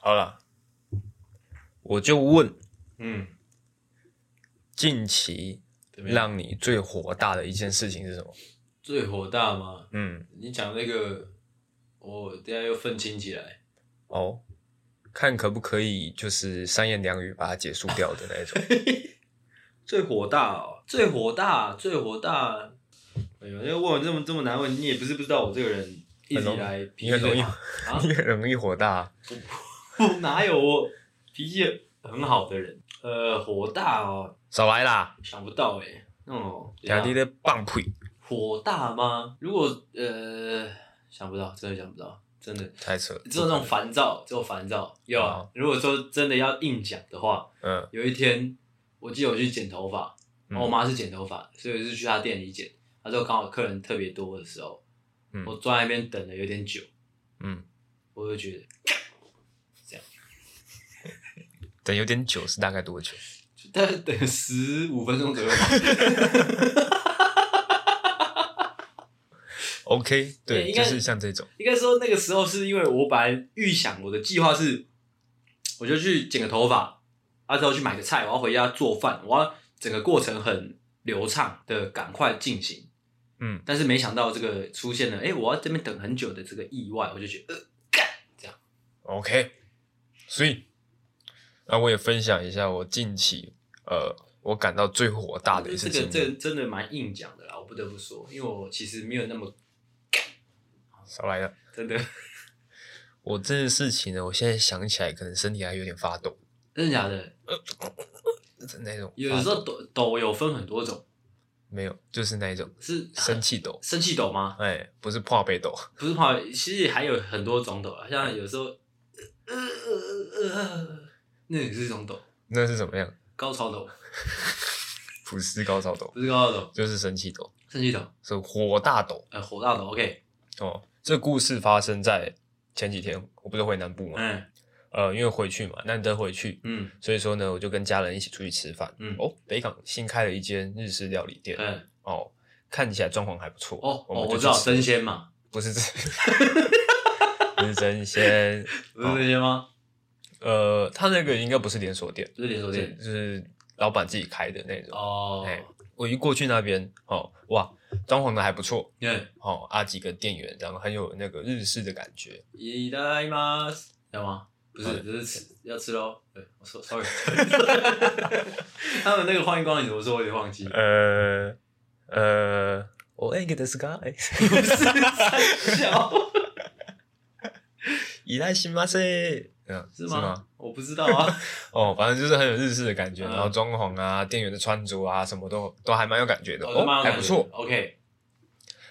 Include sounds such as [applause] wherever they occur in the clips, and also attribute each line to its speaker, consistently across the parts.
Speaker 1: 好了，
Speaker 2: 我就问，
Speaker 1: 嗯，
Speaker 2: 近期
Speaker 1: 怎么样？
Speaker 2: 让你最火大的一件事情是什么？
Speaker 1: 最火大吗？
Speaker 2: 嗯，
Speaker 1: 你讲那个，我等一下又愤青起来。
Speaker 2: 哦，看可不可以就是三言两语把它结束掉的那一
Speaker 1: [laughs]
Speaker 2: 种。
Speaker 1: 最火大哦，最火大，最火大。哎呦，要问我这么这么难问，你也不是不知道我这个人一直以来脾
Speaker 2: 你
Speaker 1: 气
Speaker 2: 很容
Speaker 1: 最
Speaker 2: 易
Speaker 1: 好啊，
Speaker 2: 你很容易火大，
Speaker 1: 我 [laughs] 哪有我脾气很好的人？呃，火大哦，
Speaker 2: 少来啦！
Speaker 1: 想不到哎、哦，等
Speaker 2: 亚
Speaker 1: 一下
Speaker 2: 弟在放屁，
Speaker 1: 火大吗？如果呃，想不到，真的想不到，真的
Speaker 2: 太扯了。
Speaker 1: 只有那种烦躁，只有烦躁。有啊
Speaker 2: 哦，
Speaker 1: 如果说真的要硬讲的话，
Speaker 2: 嗯，
Speaker 1: 有一天我记得我去剪头发，然后
Speaker 2: 嗯
Speaker 1: 我妈是剪头发，所以我是去她店里剪。那时候刚好客人特别多的时候，
Speaker 2: 嗯
Speaker 1: 我坐在那边等了有点久，
Speaker 2: 嗯，
Speaker 1: 我就觉得
Speaker 2: 等有点久是大概多久？
Speaker 1: 就大概等十五分钟左右吧。
Speaker 2: [laughs] OK，
Speaker 1: 对
Speaker 2: 对，
Speaker 1: 应
Speaker 2: 就
Speaker 1: 该
Speaker 2: 是像这种，
Speaker 1: 应该说那个时候是因为我本来预想我的计划是，我就去剪个头发，啊之后去买个菜，我要回家做饭，我要整个过程很流畅的赶快进行。
Speaker 2: 嗯，
Speaker 1: 但是没想到这个出现了，哎、我要这边等很久的这个意外，我就觉得呃，干这样，
Speaker 2: OK，所以，那我也分享一下我近期呃，我感到最火大的一
Speaker 1: 呃
Speaker 2: 次
Speaker 1: 这个
Speaker 2: 经
Speaker 1: 这
Speaker 2: 历。
Speaker 1: 个真的蛮硬讲的啦，我不得不说，因为我其实没有那么
Speaker 2: 少来了，
Speaker 1: 真的，
Speaker 2: 我这件事情呢，我现在想起来，可能身体还有点发抖，
Speaker 1: 真的假的？
Speaker 2: 是那种
Speaker 1: 有
Speaker 2: 发
Speaker 1: 的时
Speaker 2: 抖
Speaker 1: 候抖抖有分很多种，
Speaker 2: 没有，就是那一种
Speaker 1: 是
Speaker 2: 生气抖，
Speaker 1: 生气抖吗？
Speaker 2: 哎，不是破背抖，
Speaker 1: 不是泡，其实还有很多种抖啊，像有时候，呃呃呃呃，那也是一种抖，
Speaker 2: 那是怎么样？
Speaker 1: 高潮抖，
Speaker 2: 普世高潮抖，
Speaker 1: 不是高潮抖，
Speaker 2: 就是生气抖，
Speaker 1: 生气抖，
Speaker 2: 是火大抖
Speaker 1: 呃，火大抖，OK，
Speaker 2: 哦。这故事发生在前几天，我不是回南部嘛，
Speaker 1: 嗯
Speaker 2: 呃，因为回去嘛，难得回去，
Speaker 1: 嗯
Speaker 2: 所以说呢，我就跟家人一起出去吃饭。
Speaker 1: 嗯
Speaker 2: 哦，北港新开了一间日式料理店，
Speaker 1: 嗯，
Speaker 2: 哦，看起来装潢还不错。
Speaker 1: 哦
Speaker 2: 我们
Speaker 1: 哦，
Speaker 2: 就
Speaker 1: 我
Speaker 2: 去
Speaker 1: 知道
Speaker 2: 吃
Speaker 1: 真鲜嘛，
Speaker 2: 不是这， [laughs] 不是真鲜。
Speaker 1: 不是真鲜吗？
Speaker 2: 呃，他那个应该不是连锁店，
Speaker 1: 不是连锁
Speaker 2: 是
Speaker 1: 店
Speaker 2: 就是老板自己开的那种。
Speaker 1: 哦，
Speaker 2: 哎，我一过去那边，哦，哇，装潢的还不错。
Speaker 1: 嗯，
Speaker 2: 哦，啊几个店员，然后很有那个日式的感觉。
Speaker 1: いただきます，要吗？不是，
Speaker 2: 嗯
Speaker 1: 只是吃要吃喽。对，我说 sorry，他们那个欢迎光临怎么说，我有点 [laughs] 忘记。
Speaker 2: 呃呃，我那个的是哎个，
Speaker 1: 不是三小，
Speaker 2: [laughs] 依赖します。嗯，
Speaker 1: 是
Speaker 2: 吗？
Speaker 1: 吗？我不知道啊。
Speaker 2: 哦，反正就是很有日式的感觉，
Speaker 1: 嗯
Speaker 2: 然后装潢啊、店员的穿着啊，什么都都还蛮有感觉的，
Speaker 1: 哦这蛮有
Speaker 2: 还
Speaker 1: 感觉
Speaker 2: 不错。
Speaker 1: OK，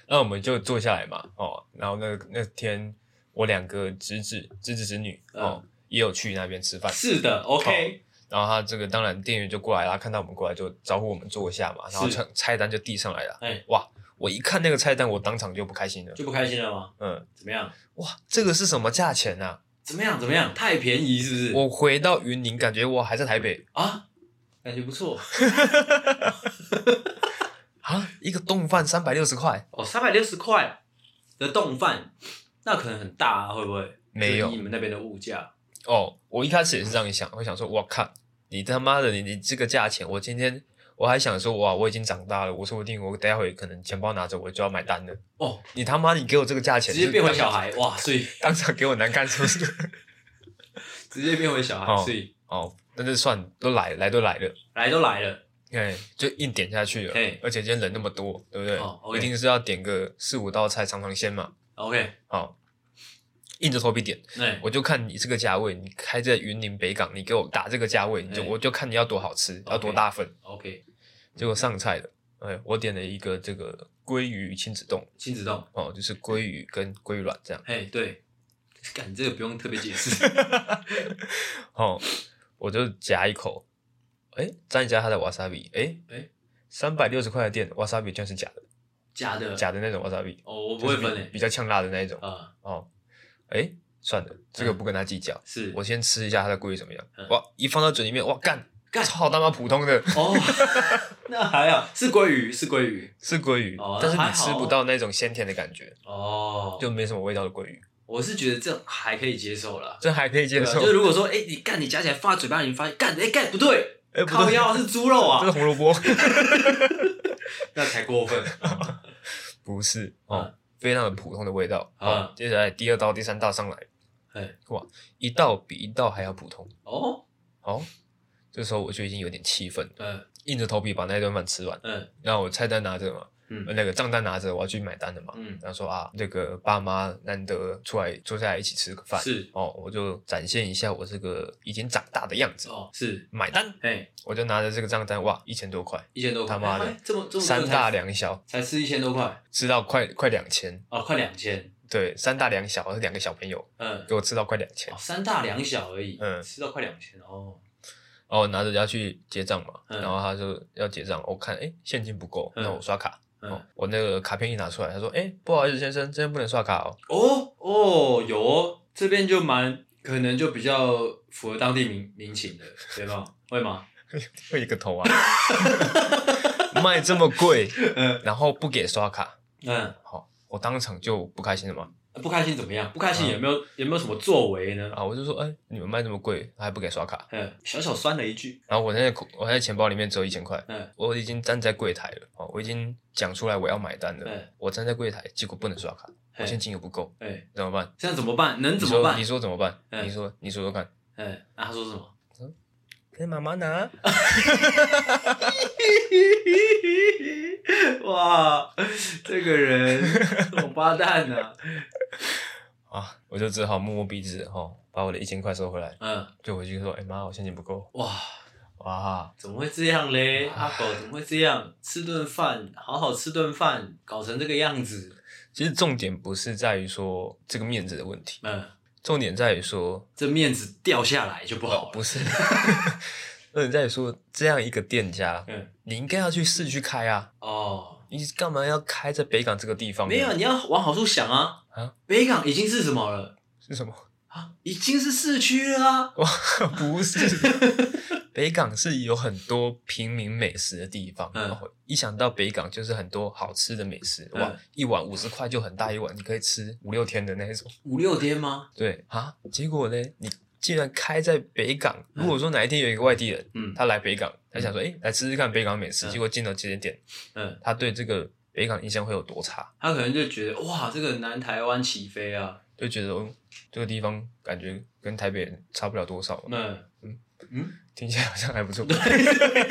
Speaker 2: 那我们就坐下来嘛，哦，然后那那天我两个侄子、侄子侄女哦、也有去那边吃饭，
Speaker 1: 嗯是的，OK，
Speaker 2: 然后他这个当然店员就过来啦，看到我们过来就招呼我们坐下嘛，然后
Speaker 1: 是
Speaker 2: 菜菜单就递上来了，
Speaker 1: 哎
Speaker 2: 哇，我一看那个菜单，我当场就不开心了，
Speaker 1: 就不开心了吗？
Speaker 2: 嗯，
Speaker 1: 怎么样？
Speaker 2: 哇，这个是什么价钱啊？
Speaker 1: 怎么样？怎么样？太便宜是不是？
Speaker 2: 我回到云林，感觉我还在台北
Speaker 1: 啊，感觉不错
Speaker 2: 啊，一个冻饭三百六十块，
Speaker 1: 哦，三百六十块的冻饭，那可能很大啊，会不会？
Speaker 2: 没
Speaker 1: 就
Speaker 2: 有
Speaker 1: 以你们那边的物价，
Speaker 2: 哦，我一开始也是这样想，我想说，我靠，你他妈的，你你这个价钱，我今天我还想说，哇，我已经长大了，我说不定我待会可能钱包拿着我就要买单了。
Speaker 1: 哦，
Speaker 2: 你他妈，你给我这个价钱，
Speaker 1: 直接变回
Speaker 2: 就是
Speaker 1: 小孩哇，所以
Speaker 2: 当场给我难看是不是？
Speaker 1: 直接变回小孩，
Speaker 2: 哦
Speaker 1: 所以
Speaker 2: 哦，那就算都来来都来了，
Speaker 1: 来都来了，
Speaker 2: 哎，就硬点下去了
Speaker 1: 嘿。
Speaker 2: 而且今天人那么多，对不对？
Speaker 1: 哦，OK
Speaker 2: 一定是要点个四五道菜尝尝鲜嘛。
Speaker 1: OK，
Speaker 2: 好、硬着头皮点，
Speaker 1: 那
Speaker 2: 我就看你这个价位，你开在云林北港，你给我打这个价位，你就
Speaker 1: 哎
Speaker 2: 我就看你要多好吃，要多
Speaker 1: OK
Speaker 2: 大份。
Speaker 1: OK，
Speaker 2: 结果上菜的，哎，我点了一个这个鲑鱼亲子冻
Speaker 1: 亲子冻，
Speaker 2: 哦，就是鲑鱼跟鲑鱼卵这样
Speaker 1: 嘿，对，感这个不用特别解释，
Speaker 2: [laughs] 哦，我就夹一口，哎，沾一下它的 wasabi，哎
Speaker 1: 哎，
Speaker 2: 三百六十块的店 wasabi 居然是假的，
Speaker 1: 假的，
Speaker 2: 假的那种 wasabi，
Speaker 1: 哦，嗯我不会分
Speaker 2: 就是比
Speaker 1: 诶，
Speaker 2: 比较呛辣的那一种
Speaker 1: 啊，
Speaker 2: 哦，哎，算了，这个不跟他计较，
Speaker 1: 是
Speaker 2: 我先吃一下它的鲑鱼怎么样
Speaker 1: 嗯？
Speaker 2: 哇，一放到嘴里面，哇干
Speaker 1: 干
Speaker 2: 超他妈普通的， [laughs]
Speaker 1: 哦， [laughs] 那还好，是鲑鱼，是鲑鱼，
Speaker 2: 是鲑鱼
Speaker 1: 哦，
Speaker 2: 但是
Speaker 1: 还
Speaker 2: 你
Speaker 1: 好
Speaker 2: 吃不到那种鲜甜的感觉，
Speaker 1: 哦，
Speaker 2: 就没什么味道的鲑鱼。
Speaker 1: 我是觉得这还可以接受了。
Speaker 2: 这还可以接
Speaker 1: 对啊
Speaker 2: 受。
Speaker 1: 就是如果说，哎、你干你夹起来放在嘴巴里，你发现干，哎、干不对，
Speaker 2: 哎，不
Speaker 1: 靠
Speaker 2: 对，
Speaker 1: 腰是猪肉 [laughs]
Speaker 2: 这是
Speaker 1: 啊，
Speaker 2: 红萝卜，
Speaker 1: 那才过分。
Speaker 2: [laughs] 不是哦
Speaker 1: 嗯，
Speaker 2: 非常的普通的味道。
Speaker 1: 嗯
Speaker 2: 好，接下来第二道、第三道上来，
Speaker 1: 哎，
Speaker 2: 哇，一道比一道还要普通。
Speaker 1: 哦，
Speaker 2: 好，这时候我就已经有点气愤了，
Speaker 1: 嗯
Speaker 2: 硬着头皮把那一顿饭吃完。
Speaker 1: 嗯
Speaker 2: 那我菜单拿着嘛，呃
Speaker 1: 嗯
Speaker 2: 那个账单拿着，我要去买单的嘛。
Speaker 1: 嗯，
Speaker 2: 然后说啊，那个爸妈难得出来坐下来一起吃个饭，
Speaker 1: 是
Speaker 2: 哦，我就展现一下我这个已经长大的样子。
Speaker 1: 哦是，
Speaker 2: 买单，
Speaker 1: 哎，
Speaker 2: 我就拿着这个账单，哇，一千多块，
Speaker 1: 一千多块，
Speaker 2: 他妈的
Speaker 1: 哎这么这么
Speaker 2: 三大
Speaker 1: 才
Speaker 2: 两小，
Speaker 1: 才吃一千多块，
Speaker 2: 吃到快快两千，
Speaker 1: 哦，快两千，
Speaker 2: 对，三大两小，是两个小朋友
Speaker 1: 嗯，
Speaker 2: 给我吃到快两千
Speaker 1: 哦，，三大两小而已，
Speaker 2: 嗯
Speaker 1: 吃到快两千哦，
Speaker 2: 然后我拿着要去结账嘛，
Speaker 1: 嗯
Speaker 2: 然后他就要结账，我看哎现金不够，
Speaker 1: 嗯
Speaker 2: 那我刷卡，
Speaker 1: 嗯
Speaker 2: 哦，我那个卡片一拿出来，他说哎不好意思先生，这边不能刷卡哦，
Speaker 1: 哦哦有哦，这边就蛮可能就比较符合当地民民情的，对吗？会吗？
Speaker 2: 会一个头
Speaker 1: [laughs]
Speaker 2: 啊，卖这么贵，
Speaker 1: 嗯
Speaker 2: 然后不给刷卡，
Speaker 1: 嗯，
Speaker 2: 好、我当场就不开心了嘛，
Speaker 1: 不开心怎么样？不开
Speaker 2: 嗯
Speaker 1: 心有没有有没有什么作为呢？
Speaker 2: 啊，我就说哎你们卖这么贵还不给刷卡，
Speaker 1: 嗯，小小酸了一句，
Speaker 2: 然后我现在口我现在钱包里面只有一千块，
Speaker 1: 嗯
Speaker 2: 我已经站在柜台了，哦，我已经讲出来我要买单了，
Speaker 1: 嗯
Speaker 2: 我站在柜台，结果不能刷卡，
Speaker 1: 嘿
Speaker 2: 我现金又不够，
Speaker 1: 哎，
Speaker 2: 怎么办？
Speaker 1: 这样怎么办？能
Speaker 2: 你
Speaker 1: 怎么
Speaker 2: 说
Speaker 1: 办
Speaker 2: 你？说怎么办？
Speaker 1: 嗯
Speaker 2: 你说你说说看，
Speaker 1: 嗯，那他说什么？ [laughs]
Speaker 2: 跟妈妈拿，
Speaker 1: 哇，这个人王八蛋啊！
Speaker 2: 啊，我就只好摸摸鼻子，哦，把我的一千块收回来，
Speaker 1: 嗯，
Speaker 2: 就回去说，哎、妈，我现金不够，
Speaker 1: 哇，
Speaker 2: 哇，
Speaker 1: 怎么会这样嘞？
Speaker 2: 唉
Speaker 1: 阿狗怎么会这样？吃顿饭，好好吃顿饭，搞成这个样子。
Speaker 2: 其实重点不是在于说这个面子的问题，
Speaker 1: 嗯，
Speaker 2: 重点在于说
Speaker 1: 这面子掉下来就不好了。
Speaker 2: 不是， [laughs] 重点在于说这样一个店家，
Speaker 1: 嗯，
Speaker 2: 你应该要去市区开啊，
Speaker 1: 哦，
Speaker 2: 你干嘛要开在北港这个地方呢？
Speaker 1: 没有，你要往好处想啊。
Speaker 2: 啊
Speaker 1: 北港已经是什么了？
Speaker 2: 是什么？
Speaker 1: 啊，已经是市区了啊。
Speaker 2: 哇，不是， [laughs] 北港是有很多平民美食的地方。
Speaker 1: 嗯
Speaker 2: 然后一想到北港就是很多好吃的美食，
Speaker 1: 嗯
Speaker 2: 哇，一碗五十块就很大一碗，你可以吃五六天的那一
Speaker 1: [laughs]
Speaker 2: 种。
Speaker 1: 五六天吗？
Speaker 2: 对啊，结果呢，你竟然开在北港。
Speaker 1: 嗯
Speaker 2: 如果说哪一天有一个外地人，
Speaker 1: 嗯
Speaker 2: 他来北港，他想说，诶，来吃吃看北港美食，
Speaker 1: 嗯
Speaker 2: 结果进了这间店，
Speaker 1: 嗯，
Speaker 2: 他对这个北港印象会有多差？
Speaker 1: 他可能就觉得哇，这个南台湾起飞啊，
Speaker 2: 就觉得、哦、这个地方感觉跟台北人差不了多少。
Speaker 1: 那嗯，
Speaker 2: 听起来好像还不错。 [laughs]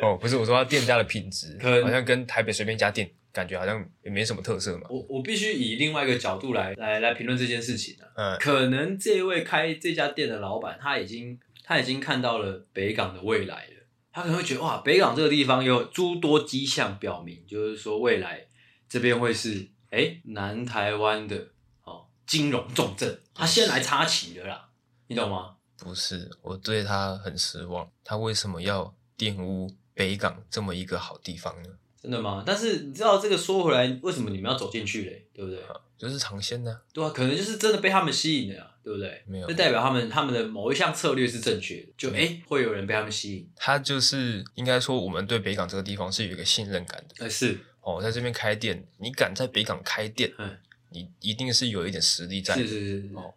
Speaker 2: 哦，不是，我说他店家的品质
Speaker 1: 可能，
Speaker 2: 好像跟台北随便一家店，感觉好像也没什么特色嘛。
Speaker 1: 我我必须以另外一个角度来来来评论这件事情啊。
Speaker 2: 嗯，
Speaker 1: 可能这位开这家店的老板，他已经他已经看到了北港的未来了，他可能会觉得哇，北港这个地方有诸多迹象表明，就是说未来这边会是哎、诶南台湾的哦金融重镇，他先来插旗了啦，你懂吗？
Speaker 2: 不是，我对他很失望。他为什么要玷污北港这么一个好地方呢？
Speaker 1: 真的吗？但是你知道这个说回来，为什么你们要走进去嘞？对不对？
Speaker 2: 就是尝鲜呢、
Speaker 1: 对啊，可能就是真的被他们吸引了啊，对不对？
Speaker 2: 没有
Speaker 1: 这代表他们他们的某一项策略是正确的，就哎、诶会有人被他们吸引，
Speaker 2: 他就是应该说，我们对北港这个地方是有一个信任感的。
Speaker 1: 哎、是
Speaker 2: 哦，在这边开店，你敢在北港开店，
Speaker 1: 嗯
Speaker 2: 你一定是有一点实力在。
Speaker 1: 是是是是，
Speaker 2: 哦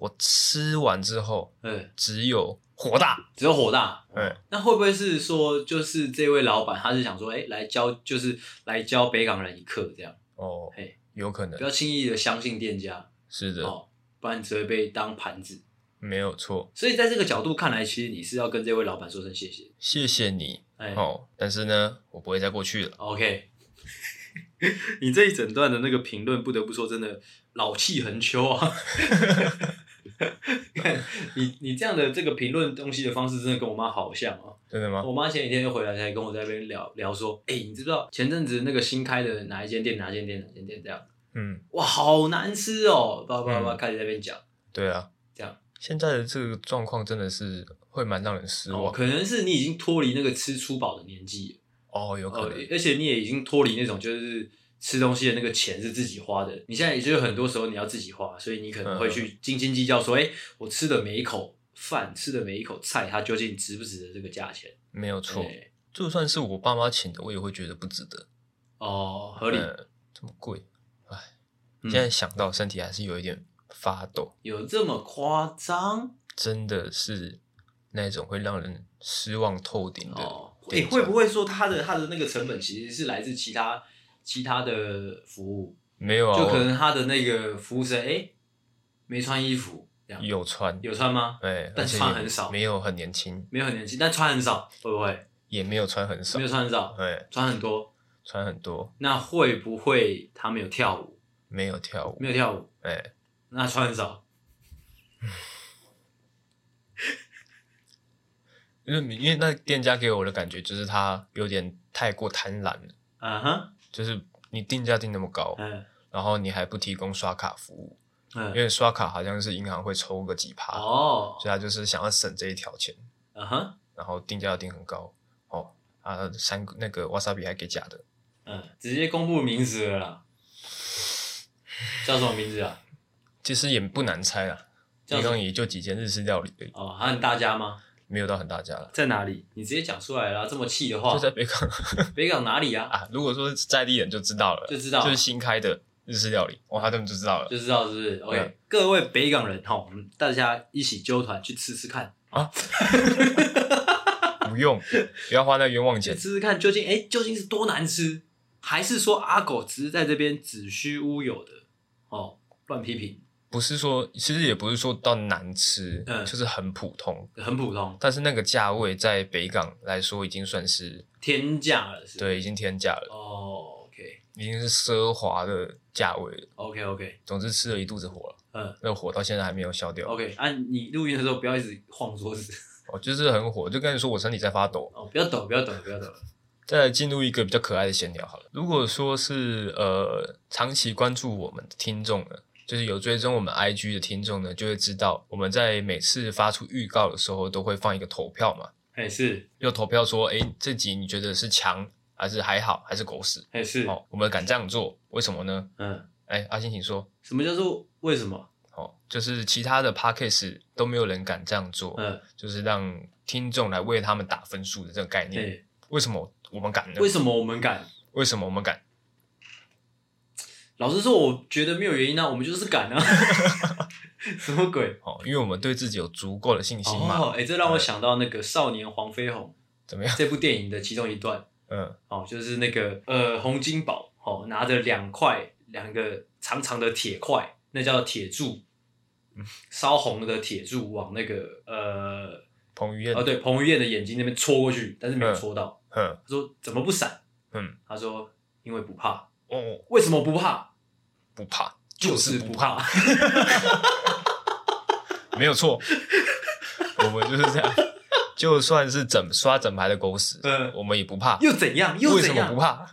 Speaker 2: 我吃完之后，
Speaker 1: 嗯，
Speaker 2: 只有火大。
Speaker 1: 只有火大，
Speaker 2: 嗯，
Speaker 1: 那会不会是说就是这位老板他是想说，哎、来教就是来教北港人一课这样，
Speaker 2: 哦
Speaker 1: 嘿，
Speaker 2: 有可能
Speaker 1: 不要轻易的相信店家
Speaker 2: 是的，
Speaker 1: 哦，不然你只会被当盘子。
Speaker 2: 没有错，
Speaker 1: 所以在这个角度看来，其实你是要跟这位老板说声谢谢，
Speaker 2: 谢谢你
Speaker 1: 哎、
Speaker 2: 哦。但是呢，我不会再过去了。
Speaker 1: OK，你这一整段的那个评论，不得不说，真的老气横秋啊！ [laughs] 看你你这样的这个评论东西的方式，真的跟我妈好像啊！
Speaker 2: 真的吗？
Speaker 1: 我妈前几天又回来，才跟我在那边聊聊说，哎、你知不知道前阵子那个新开的哪一间店、哪间店、哪间店这样？
Speaker 2: 嗯，
Speaker 1: 哇，好难吃哦！叭叭叭，开始在那边讲，
Speaker 2: 对啊，
Speaker 1: 这样
Speaker 2: 现在的这个状况真的是会蛮让人失
Speaker 1: 哦，
Speaker 2: 望
Speaker 1: 可能是你已经脱离那个吃粗饱的年纪了。
Speaker 2: 哦，有可
Speaker 1: 呃
Speaker 2: 能，，
Speaker 1: 而且你也已经脱离那种就是吃东西的那个钱是自己花的，你现在也就是很多时候你要自己花，所以你可能会
Speaker 2: 嗯
Speaker 1: 去斤斤计较说，哎、我吃的每一口饭，吃的每一口菜，它究竟值不值得这个价钱？哎
Speaker 2: 没有错。
Speaker 1: 对
Speaker 2: 就算是我爸妈请的，我也会觉得不值得。
Speaker 1: 哦，合理。
Speaker 2: 嗯这么贵，哎，
Speaker 1: 嗯
Speaker 2: 嗯现在想到身体还是有一点发抖，
Speaker 1: 有这么夸张
Speaker 2: 真的是那种会让人失望透顶的。
Speaker 1: 哦？诶、
Speaker 2: 对
Speaker 1: 会不会说它的它的那个成本其实是来自其他其他的服务？
Speaker 2: 没有啊，
Speaker 1: 就可
Speaker 2: 我
Speaker 1: 能他的那个服务生哎、诶没穿衣服，这样
Speaker 2: 有穿，
Speaker 1: 有穿吗？
Speaker 2: 哎，
Speaker 1: 但
Speaker 2: 而且
Speaker 1: 穿
Speaker 2: 也
Speaker 1: 很少
Speaker 2: 没有很年轻，
Speaker 1: 没有很年轻，但穿很少，会不会？
Speaker 2: 也没有穿很少
Speaker 1: 没，有穿很少，
Speaker 2: 哎，
Speaker 1: 穿很多，
Speaker 2: 穿很多，
Speaker 1: 那会不会他没有跳舞？
Speaker 2: 没有跳舞，
Speaker 1: 没有跳舞，
Speaker 2: 哎，
Speaker 1: 那穿很少，
Speaker 2: 因为因为那店家给我的感觉就是他有点太过贪婪了，
Speaker 1: 嗯哼，
Speaker 2: 就是你定价定那么高，
Speaker 1: 嗯
Speaker 2: 然后你还不提供刷卡服务，因
Speaker 1: 嗯，
Speaker 2: 为刷卡好像是银行会抽个几趴，
Speaker 1: 哦，
Speaker 2: 所以他就是想要省这一条钱，
Speaker 1: 嗯哼，
Speaker 2: 然后定价要定很高哦。啊，三那个 wasabi 还给假的，
Speaker 1: 嗯，直接公布名字了啦，叫什么名字啊？
Speaker 2: 其实也不难猜啦，
Speaker 1: 叫
Speaker 2: 一
Speaker 1: 什么
Speaker 2: 共也就几间日式料理而已，
Speaker 1: 哦，他很大家吗？
Speaker 2: 没有到很大家了。
Speaker 1: 在哪里？你直接讲出来啦，这么气的话
Speaker 2: 就，在北港 [laughs]
Speaker 1: 北港哪里啊？
Speaker 2: 啊，如果说是在地人就知道了，
Speaker 1: 就知道
Speaker 2: 就是新开的日式料理，哇，他们就知道了
Speaker 1: 就知道是不是？OK，、
Speaker 2: 嗯
Speaker 1: 各位北港人哈，我们大家一起揪团去吃吃看，
Speaker 2: 啊。不用，不要花那冤枉
Speaker 1: 去
Speaker 2: 钱。
Speaker 1: 吃吃看究竟哎、究竟是多难吃，还是说阿狗只是在这边子虚乌有的哦乱批评，
Speaker 2: 不是说，其实也不是说到难吃，
Speaker 1: 嗯
Speaker 2: 就是很普通。
Speaker 1: 很普通，
Speaker 2: 但是那个价位在北港来说，已经算是
Speaker 1: 天价了是不是？
Speaker 2: 对，已经天价了，
Speaker 1: 哦，OK
Speaker 2: 已经是奢华的价位了。
Speaker 1: OK OK，
Speaker 2: 总之吃了一肚子火了，
Speaker 1: 嗯
Speaker 2: 那个火到现在还没有消掉。
Speaker 1: OK，啊，你录音的时候不要一直晃桌子
Speaker 2: 哦，就是很火，就跟你说我身体在发抖。
Speaker 1: 哦，不要抖，不要抖，不要抖，
Speaker 2: 再来进入一个比较可爱的闲聊好了。如果说是呃长期关注我们的听众呢，就是有追踪我们 IG 的听众呢，就会知道我们在每次发出预告的时候都会放一个投票嘛，
Speaker 1: 还是
Speaker 2: 就投票说，诶，这集你觉得是强还是还好还是狗屎？
Speaker 1: 还是
Speaker 2: 哦，我们敢这样做，为什么呢？
Speaker 1: 嗯，
Speaker 2: 哎，阿星，请说。
Speaker 1: 什么叫做为什么？
Speaker 2: 哦，就是其他的 p a c k a g e 都没有人敢这样做，
Speaker 1: 嗯，
Speaker 2: 就是让听众来为他们打分数的这个概念。
Speaker 1: 对，
Speaker 2: 为什么我们敢呢？
Speaker 1: 为什么我们敢？
Speaker 2: 为什么我们敢？
Speaker 1: 老实说，我觉得没有原因啊，我们就是敢啊， [laughs] 什么鬼？
Speaker 2: 哦，因为我们对自己有足够的信心嘛。
Speaker 1: 哦，哎、这让我想到那个《少年黄飞鸿
Speaker 2: 怎么样》？
Speaker 1: [laughs] 这部电影的其中一段，
Speaker 2: 嗯，
Speaker 1: 哦，就是那个呃洪金宝哦，拿着两块两个长长的铁块，那叫铁柱，
Speaker 2: 嗯
Speaker 1: 烧红的铁柱往那个呃
Speaker 2: 彭于晏，
Speaker 1: 哦对彭于晏的眼睛那边戳过去，但是没有
Speaker 2: 嗯
Speaker 1: 戳到。
Speaker 2: 嗯
Speaker 1: 他说怎么不闪？
Speaker 2: 嗯，
Speaker 1: 他说因为不怕。
Speaker 2: 哦，
Speaker 1: 为什么不怕？
Speaker 2: 不怕，
Speaker 1: 就是
Speaker 2: 不
Speaker 1: 不，怕。
Speaker 2: 没有错。 [laughs] 我们就是这样，就算是整刷整排的狗
Speaker 1: [laughs]
Speaker 2: 屎，
Speaker 1: 嗯
Speaker 2: 我们也不怕。
Speaker 1: 又怎样？又
Speaker 2: 为
Speaker 1: 怎
Speaker 2: 什么
Speaker 1: 样？
Speaker 2: 不怕？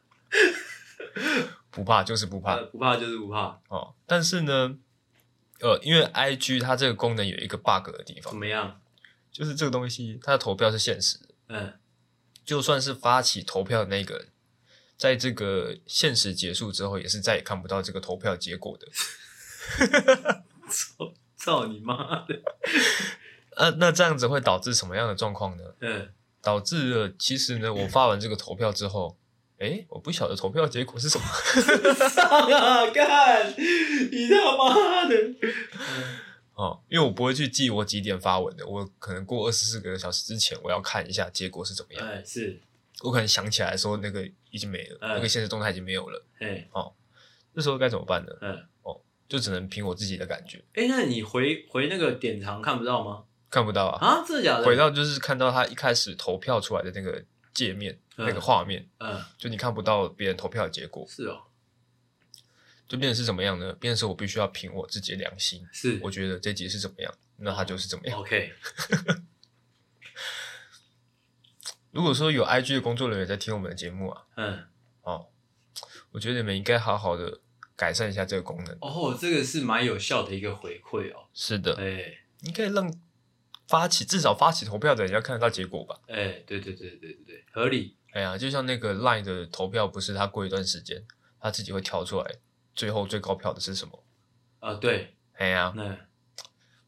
Speaker 2: [laughs] 不怕就是不怕
Speaker 1: 呃，不怕就是不怕。
Speaker 2: 哦。但是呢，呃，因为 I G 它这个功能有一个 bug 的地
Speaker 1: 怎
Speaker 2: 方，
Speaker 1: 么样？
Speaker 2: 就是这个东西它的投票是限时的，
Speaker 1: 嗯
Speaker 2: 就算是发起投票的那个人，在这个现实结束之后，也是再也看不到这个投票结果的。
Speaker 1: 操你妈的！
Speaker 2: 呃，那这样子会导致什么样的状况呢？
Speaker 1: 嗯，
Speaker 2: 导致了其实呢，我发完这个投票之后，诶，我不晓得投票结果是什么，
Speaker 1: 上
Speaker 2: [laughs]
Speaker 1: 啊！干，你他妈的！
Speaker 2: 哦，因为我不会去记我几点发文的，我可能过二十四个小时之前，我要看一下结果是怎么样。
Speaker 1: 哎，是，
Speaker 2: 我可能想起来说那个已经没了，
Speaker 1: 嗯
Speaker 2: 那个现实动态已经没有了，
Speaker 1: 哎
Speaker 2: 这时候该怎么办呢？哦
Speaker 1: 嗯，
Speaker 2: 就只能凭我自己的感觉，
Speaker 1: 哎，那你回回那个典藏看不到吗？
Speaker 2: 看不到啊。
Speaker 1: 啊，真的假的？
Speaker 2: 回到就是看到他一开始投票出来的那个界面、
Speaker 1: 嗯
Speaker 2: 那个画面，
Speaker 1: 嗯，
Speaker 2: 就你看不到别人投票的结果，
Speaker 1: 是哦，
Speaker 2: 就变成是怎么样呢？变成是我必须要凭我自己的良心，
Speaker 1: 是
Speaker 2: 我觉得哎这集是怎么样，那它就是怎么样。
Speaker 1: OK，
Speaker 2: 如果说有 IG 的工作人员在听我们的节目啊，
Speaker 1: 嗯，
Speaker 2: 哦，我觉得你们应该好好的改善一下这个功能。
Speaker 1: 哦，这个是蛮有效的一个回馈哦。
Speaker 2: 是的，
Speaker 1: 哎
Speaker 2: 你可以让发起至少发起投票的人要看得到结果吧。
Speaker 1: 哎，对对对对对对，合理。
Speaker 2: 哎呀，就像那个 LINE 的投票，不是他过一段时间他自己会挑出来最后最高票的是什么？
Speaker 1: 啊，对，
Speaker 2: 哎呀，
Speaker 1: 那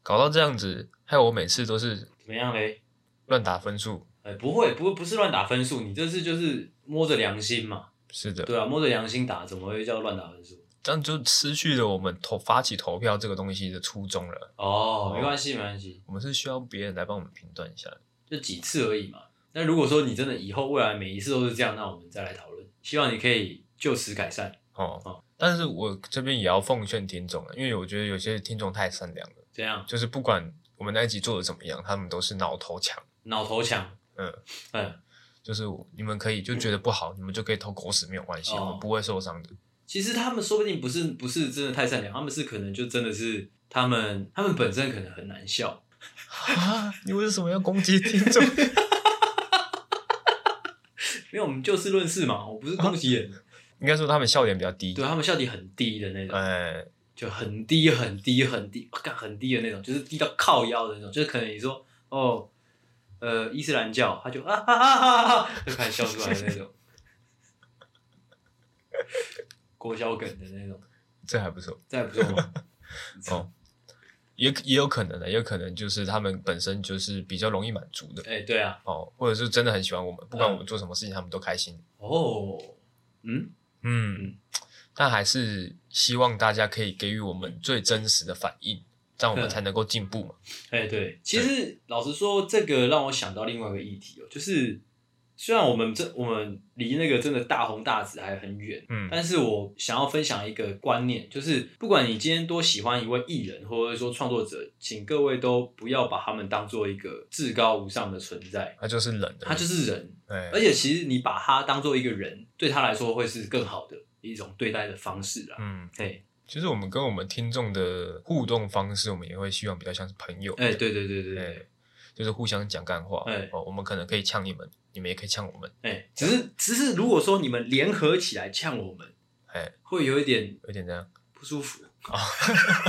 Speaker 2: 搞到这样子，害我每次都是
Speaker 1: 怎么样嘞？
Speaker 2: 乱打分数。
Speaker 1: 哎，不会，不不是乱打分数，你这次就是摸着良心嘛。
Speaker 2: 是的，
Speaker 1: 对啊，摸着良心打，怎么会叫乱打分数？
Speaker 2: 这样就失去了我们投发起投票这个东西的初衷了。
Speaker 1: 哦，没关系，没关系，
Speaker 2: 我们是需要别人来帮我们评断一下的。
Speaker 1: 就几次而已嘛。那如果说你真的以后未来每一次都是这样，那我们再来讨论。希望你可以就此改善。
Speaker 2: 哦
Speaker 1: 哦，
Speaker 2: 但是我这边也要奉劝听众了，因为我觉得有些听众太善良了，
Speaker 1: 怎样？
Speaker 2: 就是不管我们那一集做的怎么样，他们都是挠头强，
Speaker 1: 脑头强？
Speaker 2: 嗯
Speaker 1: 嗯，
Speaker 2: 就是你们可以就觉得不好，你们就可以投狗屎没有关系，
Speaker 1: 哦
Speaker 2: 我们不会受伤的。
Speaker 1: 其实他们说不定不是不是真的太善良，他们是可能就真的是他们他们本身可能很难笑。
Speaker 2: 啊，你为什么要攻击听众？ [laughs]
Speaker 1: 没有，我们就事论事嘛，我不是攻击人，
Speaker 2: 应该说他们笑点比较低，
Speaker 1: 对他们笑点很低的那种。
Speaker 2: 哎，
Speaker 1: 就很低很低很低，啊干、很低的那种，就是低到靠腰的那种，就是可能你说哦，呃，伊斯兰教，他就啊哈哈哈哈哈，就开始笑出来的那种，国小梗的那种，
Speaker 2: 这还不错。
Speaker 1: 这还不错吗？ [laughs]
Speaker 2: 哦，也也有可能的，也有可能就是他们本身就是比较容易满足的
Speaker 1: 哎、对啊，
Speaker 2: 哦，或者是真的很喜欢我们，不管
Speaker 1: 嗯
Speaker 2: 我们做什么事情，他们都开心。
Speaker 1: 哦，嗯，
Speaker 2: 嗯，但还是希望大家可以给予我们最真实的反应，这样我们
Speaker 1: 嗯
Speaker 2: 才能够进步嘛。
Speaker 1: 哎、对，其实老实说，这个让我想到另外一个议题哦，就是虽然我们这我们离那个真的大红大紫还很远，
Speaker 2: 嗯
Speaker 1: 但是我想要分享一个观念，就是不管你今天多喜欢一位艺人，或者说创作者，请各位都不要把他们当做一个至高无上的存在，
Speaker 2: 他就是冷的，
Speaker 1: 他就是人，
Speaker 2: 哎
Speaker 1: 而，且其实你把他当做一个人，对他来说会是更好的一种对待的方式啦。
Speaker 2: 嗯，
Speaker 1: 哎
Speaker 2: 其实我们跟我们听众的互动方式，我们也会希望比较像是朋友，
Speaker 1: 哎、对对对对对。
Speaker 2: 哎，就是互相讲干话
Speaker 1: 哎，
Speaker 2: 哦，我们可能可以呛你们，你们也可以呛我们，
Speaker 1: 哎、只是只是，如果说你们联合起来呛我们，
Speaker 2: 哎，
Speaker 1: 会有一点
Speaker 2: 有点这样，
Speaker 1: 不舒服。
Speaker 2: 哦
Speaker 1: [laughs]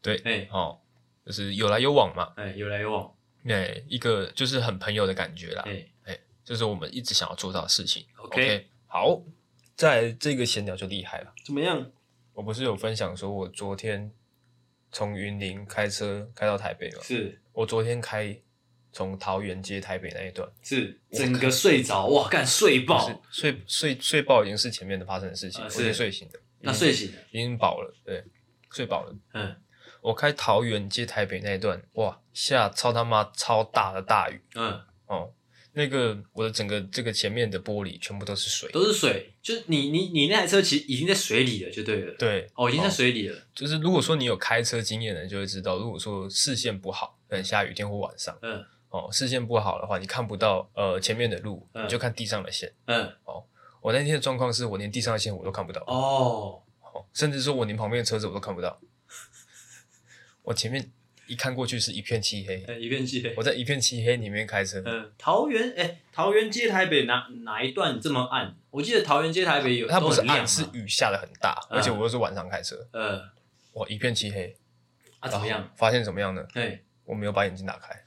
Speaker 2: 对，
Speaker 1: 哎、
Speaker 2: 哦，就是有来有往嘛，
Speaker 1: 哎、有来有往。
Speaker 2: 哎，一个就是很朋友的感觉啦
Speaker 1: 哎、，
Speaker 2: 就是我们一直想要做到的事情。
Speaker 1: OK
Speaker 2: 好，在这个闲聊就厉害了。
Speaker 1: 怎么样？
Speaker 2: 我不是有分享说，我昨天从云林开车开到台北嘛？
Speaker 1: 是
Speaker 2: 我昨天开从桃园接台北那一段，
Speaker 1: 是，
Speaker 2: 我
Speaker 1: 整个睡着，哇，干睡
Speaker 2: 就是
Speaker 1: 爆，
Speaker 2: 睡睡睡爆已经是前面的发生的事情，我
Speaker 1: 啊
Speaker 2: 已
Speaker 1: 是
Speaker 2: 经睡醒了，
Speaker 1: 那睡醒了，
Speaker 2: 已经饱了，对，睡饱了。
Speaker 1: 嗯
Speaker 2: 我开桃园接台北那一段，哇，下超他妈超大的大雨
Speaker 1: 嗯，
Speaker 2: 哦，那个我的整个这个前面的玻璃全部都是水，
Speaker 1: 都是水，就是你你你那台车其实已经在水里了，就对了。，
Speaker 2: 对，
Speaker 1: 哦，已经在水里了。
Speaker 2: 就是如果说你有开车经验的，人就会知道，如果说视线不好，可能下雨天或晚上，
Speaker 1: 嗯
Speaker 2: 哦，视线不好的话，你看不到呃前面的路，
Speaker 1: 嗯
Speaker 2: 你就看地上的线。
Speaker 1: 嗯，
Speaker 2: 我那天的状况是我连地上的线我都看不到，
Speaker 1: 哦，
Speaker 2: 哦甚至说我连旁边的车子我都看不到。我前面一看过去是一片漆黑，
Speaker 1: 嗯一片漆黑
Speaker 2: 我。在一片漆黑里面开车，
Speaker 1: 嗯，桃园哎、桃园接台北哪哪一段这么暗？我记得桃园接台北有
Speaker 2: 它不是
Speaker 1: 都很亮
Speaker 2: 暗，
Speaker 1: 嘛
Speaker 2: 是雨下的很大，
Speaker 1: 嗯
Speaker 2: 而且我又是晚上开车，
Speaker 1: 呃
Speaker 2: 哇，一片漆黑。
Speaker 1: 啊怎么
Speaker 2: 然
Speaker 1: 样
Speaker 2: 后？发现怎么样呢？
Speaker 1: 哎、
Speaker 2: 我没有把眼睛打开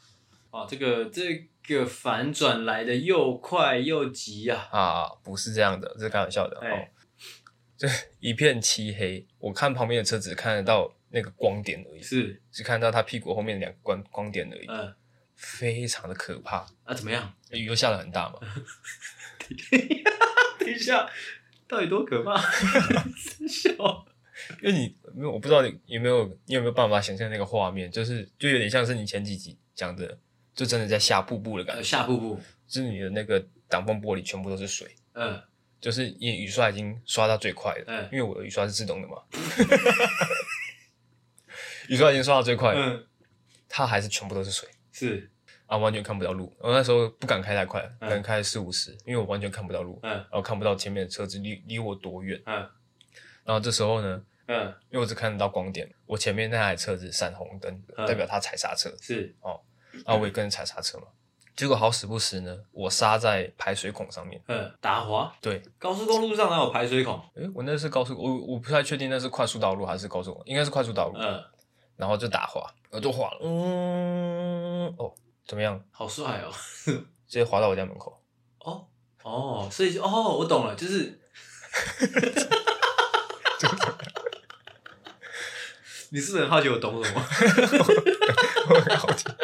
Speaker 1: 哦，这个这个反转来的又快又急啊！
Speaker 2: 啊，不是这样的，这是开玩笑的。
Speaker 1: 哎、
Speaker 2: 哦，一片漆黑，我看旁边的车只看得到那个光点而已，
Speaker 1: 是，
Speaker 2: 只看到他屁股后面两个光光点而已，
Speaker 1: 嗯、呃，
Speaker 2: 非常的可怕。
Speaker 1: 啊，怎么样？ [laughs]
Speaker 2: 雨又下得很大嘛，
Speaker 1: 等一下，到底多可怕？ [laughs] 真笑，
Speaker 2: 因为你没有，我不知道你有没有，你有没有办法想象那个画面，就是就有点像是你前几集讲的，就真的在下瀑布的感
Speaker 1: 呃，
Speaker 2: 觉，
Speaker 1: 下瀑布，
Speaker 2: 就是你的那个挡风玻璃全部都是水，
Speaker 1: 嗯、
Speaker 2: 就是你的雨刷已经刷到最快了，
Speaker 1: 嗯
Speaker 2: 因为我的雨 [laughs] 刷是自动的嘛， [laughs] 雨刷已经刷到最快了，
Speaker 1: 嗯、
Speaker 2: 它还是全部都是水。
Speaker 1: 是，
Speaker 2: 啊，完全看不到路。我那时候不敢开太快，可
Speaker 1: 嗯
Speaker 2: 能开四五十，因为我完全看不到路，
Speaker 1: 嗯、
Speaker 2: 然后看不到前面的车子离离我多远。
Speaker 1: 嗯、
Speaker 2: 然后这时候呢，
Speaker 1: 嗯、
Speaker 2: 因为我只看得到光点，我前面那台车子闪红灯，
Speaker 1: 嗯
Speaker 2: 代表他踩刹车，
Speaker 1: 是，
Speaker 2: 然后我也跟着踩刹车嘛。结果好死不死呢，我刹在排水孔上面。
Speaker 1: 嗯、打滑，
Speaker 2: 对，
Speaker 1: 高速公路上哪有排水孔？
Speaker 2: 诶，我那是高速，我我不太确定那是快速道路还是高速公路，应该是快速道路。
Speaker 1: 嗯、
Speaker 2: 然后就打滑，我就滑了，嗯，哦，怎么样？
Speaker 1: 好帅哦，
Speaker 2: 直接滑到我家门口。
Speaker 1: 哦哦，所以就哦，我懂了，就是。 [laughs] 你是不是很好奇我懂 [laughs] 什么？
Speaker 2: 我很好奇
Speaker 1: [laughs]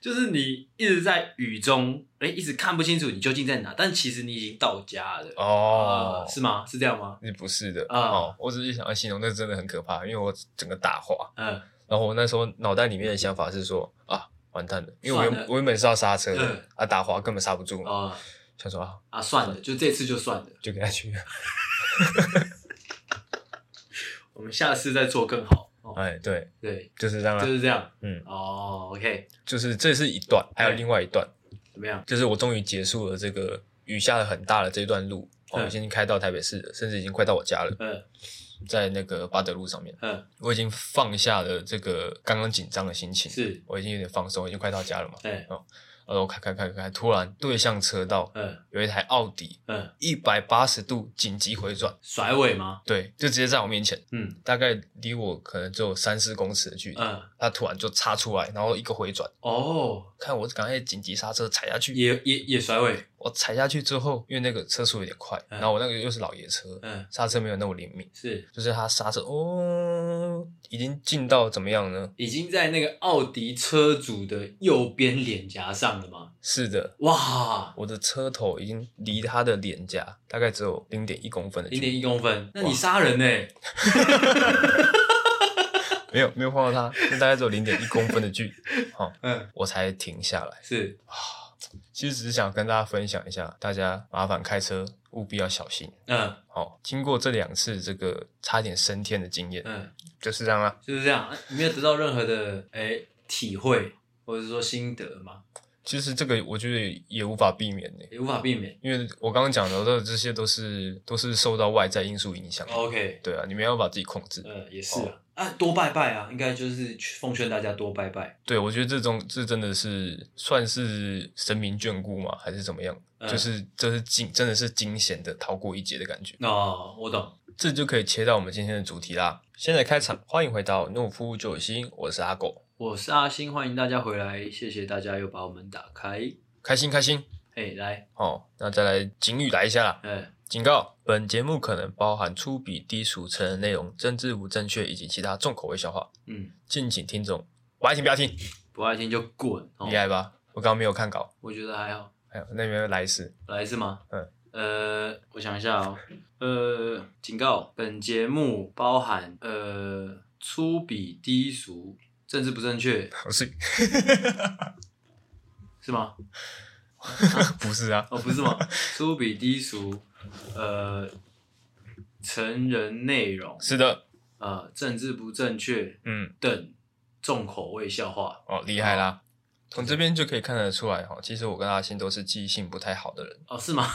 Speaker 1: 就是你一一直在雨中，哎、一直看不清楚你究竟在哪，但其实你已经到家了。
Speaker 2: 哦
Speaker 1: 呃，是吗？是这样吗？
Speaker 2: 是不是的
Speaker 1: 啊
Speaker 2: 哦，我只是想要形容，那真的很可怕，因为我整个打滑，
Speaker 1: 嗯
Speaker 2: 然后我那时候脑袋里面的想法是说啊，完蛋了，因为我
Speaker 1: 算
Speaker 2: 原
Speaker 1: 了
Speaker 2: 我原本是要刹车的
Speaker 1: 嗯，
Speaker 2: 啊，打滑根本刹不住嘛，
Speaker 1: 哦
Speaker 2: 想说啊，
Speaker 1: 啊，算了，就这次就算了，
Speaker 2: 就给他去， [laughs]
Speaker 1: 我们下次再做更好。哦，
Speaker 2: 哎，对，
Speaker 1: 对，
Speaker 2: 就是这样
Speaker 1: 就
Speaker 2: 啊，
Speaker 1: 是这样。
Speaker 2: 嗯，
Speaker 1: 哦，OK，
Speaker 2: 就是这是一段，还有
Speaker 1: 对
Speaker 2: 另外一段，
Speaker 1: 怎么样？
Speaker 2: 就是我终于结束了这个雨下的很大的这段路，哦，
Speaker 1: 嗯
Speaker 2: 我已经开到台北市了，甚至已经快到我家了，
Speaker 1: 嗯
Speaker 2: 在那个巴德路上面，
Speaker 1: 嗯，
Speaker 2: 我已经放下了这个刚刚紧张的心情，
Speaker 1: 是，哎
Speaker 2: 我已经有点放松，已经快到家了嘛，
Speaker 1: 对，
Speaker 2: 然后我开开开开，突然对向车道
Speaker 1: 嗯
Speaker 2: 有一台奥迪
Speaker 1: 嗯，
Speaker 2: 一百八十度紧急回转，
Speaker 1: 甩尾吗？
Speaker 2: 对，就直接在我面前，
Speaker 1: 嗯
Speaker 2: 大概离我可能只有三四公尺的距离，
Speaker 1: 嗯，
Speaker 2: 它突然就插出来，然后一个回转，
Speaker 1: 哦，
Speaker 2: 看我赶快紧急刹车踩下去，
Speaker 1: 也也也甩尾。
Speaker 2: 我踩下去之后，因为那个车速有点快，
Speaker 1: 嗯
Speaker 2: 然后我那个又是老爷车，
Speaker 1: 嗯，
Speaker 2: 刹车没有那么灵敏，
Speaker 1: 是
Speaker 2: 就是它刹车哦，已经进到怎么样呢？
Speaker 1: 已经在那个奥迪车主的右边脸颊上了吗？
Speaker 2: 是的，
Speaker 1: 哇，
Speaker 2: 我的车头已经离他的脸颊大概只有零点一公分的距
Speaker 1: 零
Speaker 2: 离，
Speaker 1: 点一公分，那你
Speaker 2: 哇
Speaker 1: 杀人呢、
Speaker 2: 没有没有碰到他，就大概只有零点一公分的距离，好、
Speaker 1: 嗯，
Speaker 2: 我才停下来。
Speaker 1: 是
Speaker 2: 其实只是想跟大家分享一下，大家麻烦开车务必要小心。
Speaker 1: 嗯
Speaker 2: 好、经过这两次这个差点升天的经验，
Speaker 1: 嗯，
Speaker 2: 就是这样啦。
Speaker 1: 就是这样，啊你没有得到任何的哎、体会或者说心得嘛，
Speaker 2: 其实这个我觉得也无法避免的、欸
Speaker 1: 也无法避免。
Speaker 2: 因为我刚刚讲的都这些都是都是受到外在因素影响的。
Speaker 1: OK，
Speaker 2: 对啊，你没有把自己控制。
Speaker 1: 呃，也是啊，啊，多拜拜啊，应该就是去奉劝大家多拜拜，
Speaker 2: 对，我觉得这种这真的是算是神明眷顾吗？还是怎么样？
Speaker 1: 嗯
Speaker 2: 就是这是惊真的是惊险的逃过一劫的感觉。
Speaker 1: 哦，我懂，
Speaker 2: 这就可以切到我们今天的主题啦。现在开场，欢迎回到《懦夫救有心》，我是阿狗，
Speaker 1: 我是阿星，欢迎大家回来，谢谢大家又把我们打开，
Speaker 2: 开心开心。
Speaker 1: 哎，来，
Speaker 2: 哦，那再来警语来一下啦。
Speaker 1: 呃，
Speaker 2: 警告：本节目可能包含粗鄙、低俗、成人内容、政治不正确以及其他重口味笑话，
Speaker 1: 嗯，
Speaker 2: 敬请听众不爱听不要听，
Speaker 1: 不爱听就滚，哦
Speaker 2: 厉，害吧？我刚刚没有看稿，
Speaker 1: 我觉得还好，
Speaker 2: 还有那边来一次，
Speaker 1: 来一次吗？
Speaker 2: 嗯。
Speaker 1: 呃，我想一下哦。呃，警告：本节目包含呃粗鄙、低俗、政治不正确，
Speaker 2: 不是
Speaker 1: 是吗？
Speaker 2: [laughs] 不是啊？
Speaker 1: 哦，不是吗？ [laughs] 粗鄙低俗，呃，成人内容，
Speaker 2: 是的，
Speaker 1: 呃，政治不正确
Speaker 2: 嗯，
Speaker 1: 等重口味笑话。
Speaker 2: 哦，厉害啦。从这边就可以看得出来哈，其实我跟阿信都是记性不太好的人
Speaker 1: 哦，是吗？ [laughs]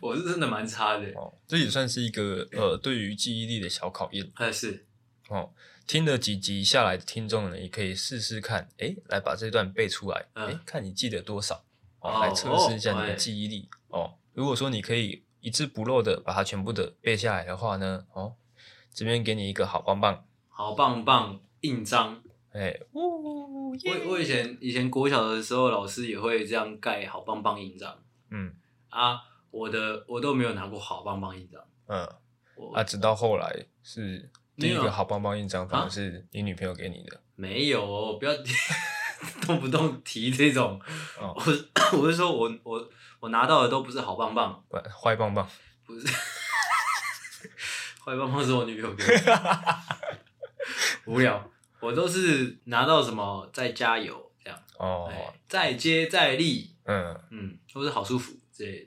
Speaker 1: 我是真的蛮差的，
Speaker 2: 哦，这也算是一个呃对于记忆力的小考验。
Speaker 1: 但哎是
Speaker 2: 哦，听了几集下来，听众呢也可以试试看，诶，来把这段背出来，
Speaker 1: 嗯
Speaker 2: 诶，看你记得多少，
Speaker 1: 哦
Speaker 2: 哦，来测试一下
Speaker 1: 哦
Speaker 2: 你
Speaker 1: 哎
Speaker 2: 的记忆力哦。如果说你可以一字不漏的把它全部的背下来的话呢，哦，这边给你一个好棒棒，
Speaker 1: 好棒棒印章。
Speaker 2: 哎，呜耶
Speaker 1: 我我以前以前国小的时候，老师也会这样盖好棒棒印章
Speaker 2: 嗯
Speaker 1: 啊。我的我都没有拿过好棒棒印章，
Speaker 2: 嗯
Speaker 1: 我、
Speaker 2: 啊，直到后来是第一
Speaker 1: 没有
Speaker 2: 个好棒棒印章，反
Speaker 1: 啊
Speaker 2: 而是你女朋友给你的
Speaker 1: 没有哦，不要 [laughs] 动不动提这种
Speaker 2: 哦，
Speaker 1: 我是 [coughs] 我是说我我我拿到的都不是好棒棒，
Speaker 2: 不坏棒棒，
Speaker 1: 不是坏棒棒是我女朋友给我的，无聊，我都是拿到什么再加油这样，
Speaker 2: 哦，
Speaker 1: 哎，再接再厉，
Speaker 2: 嗯，
Speaker 1: 嗯，或是好舒服之类的，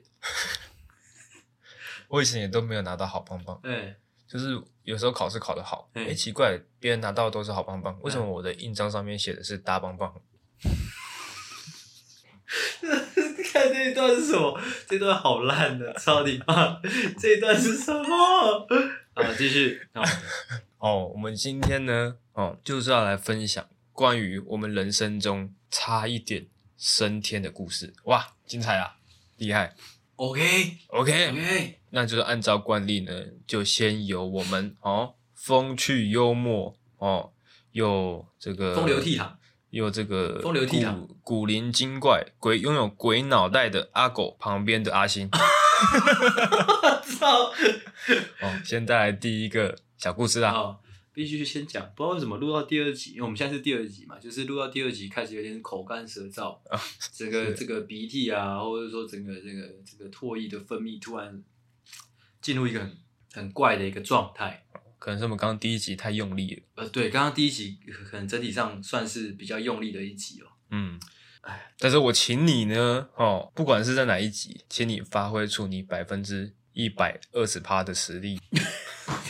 Speaker 2: 我以前也都没有拿到好棒棒。
Speaker 1: 哎， [laughs]
Speaker 2: 就是有时候考试考得好，哎、
Speaker 1: 嗯
Speaker 2: 奇怪，别人拿到的都是好棒棒，为什么我的印章上面写的是大棒棒？
Speaker 1: 看这一段是什么？这段好烂的，操你妈！这一段是什么？啊，继 [laughs] 续啊，
Speaker 2: 哦，我们今天呢，哦，就是要来分享关于我们人生中差一点升天的故事。哇，精彩啊，厉害
Speaker 1: OK
Speaker 2: ！OK，
Speaker 1: OK，
Speaker 2: 那就是按照惯例呢，就先由我们哦，风趣幽默哦，有这个
Speaker 1: 风流倜傥， [laughs]
Speaker 2: 有这个
Speaker 1: 风流倜傥
Speaker 2: 古古灵精怪、鬼拥有鬼脑袋的阿狗旁边的阿星。
Speaker 1: 操！
Speaker 2: 哦，先带来第一个小故事啦。
Speaker 1: 哦，必须先讲，不知道为什么录到第二集，因为我们现在是第二集嘛，就是录到第二集开始有点口干舌燥，整个
Speaker 2: 是
Speaker 1: 这个鼻涕啊，或者说整个这个这个唾液的分泌突然进入一个很很怪的一个状态。
Speaker 2: 可能是我们刚刚第一集太用力了。
Speaker 1: 呃，对，刚刚第一集可能整体上算是比较用力的一集哦。
Speaker 2: 嗯
Speaker 1: 哎，
Speaker 2: 但是我请你呢，哦，不管是在哪一集，请你发挥出你百分之一百二十趴的实力。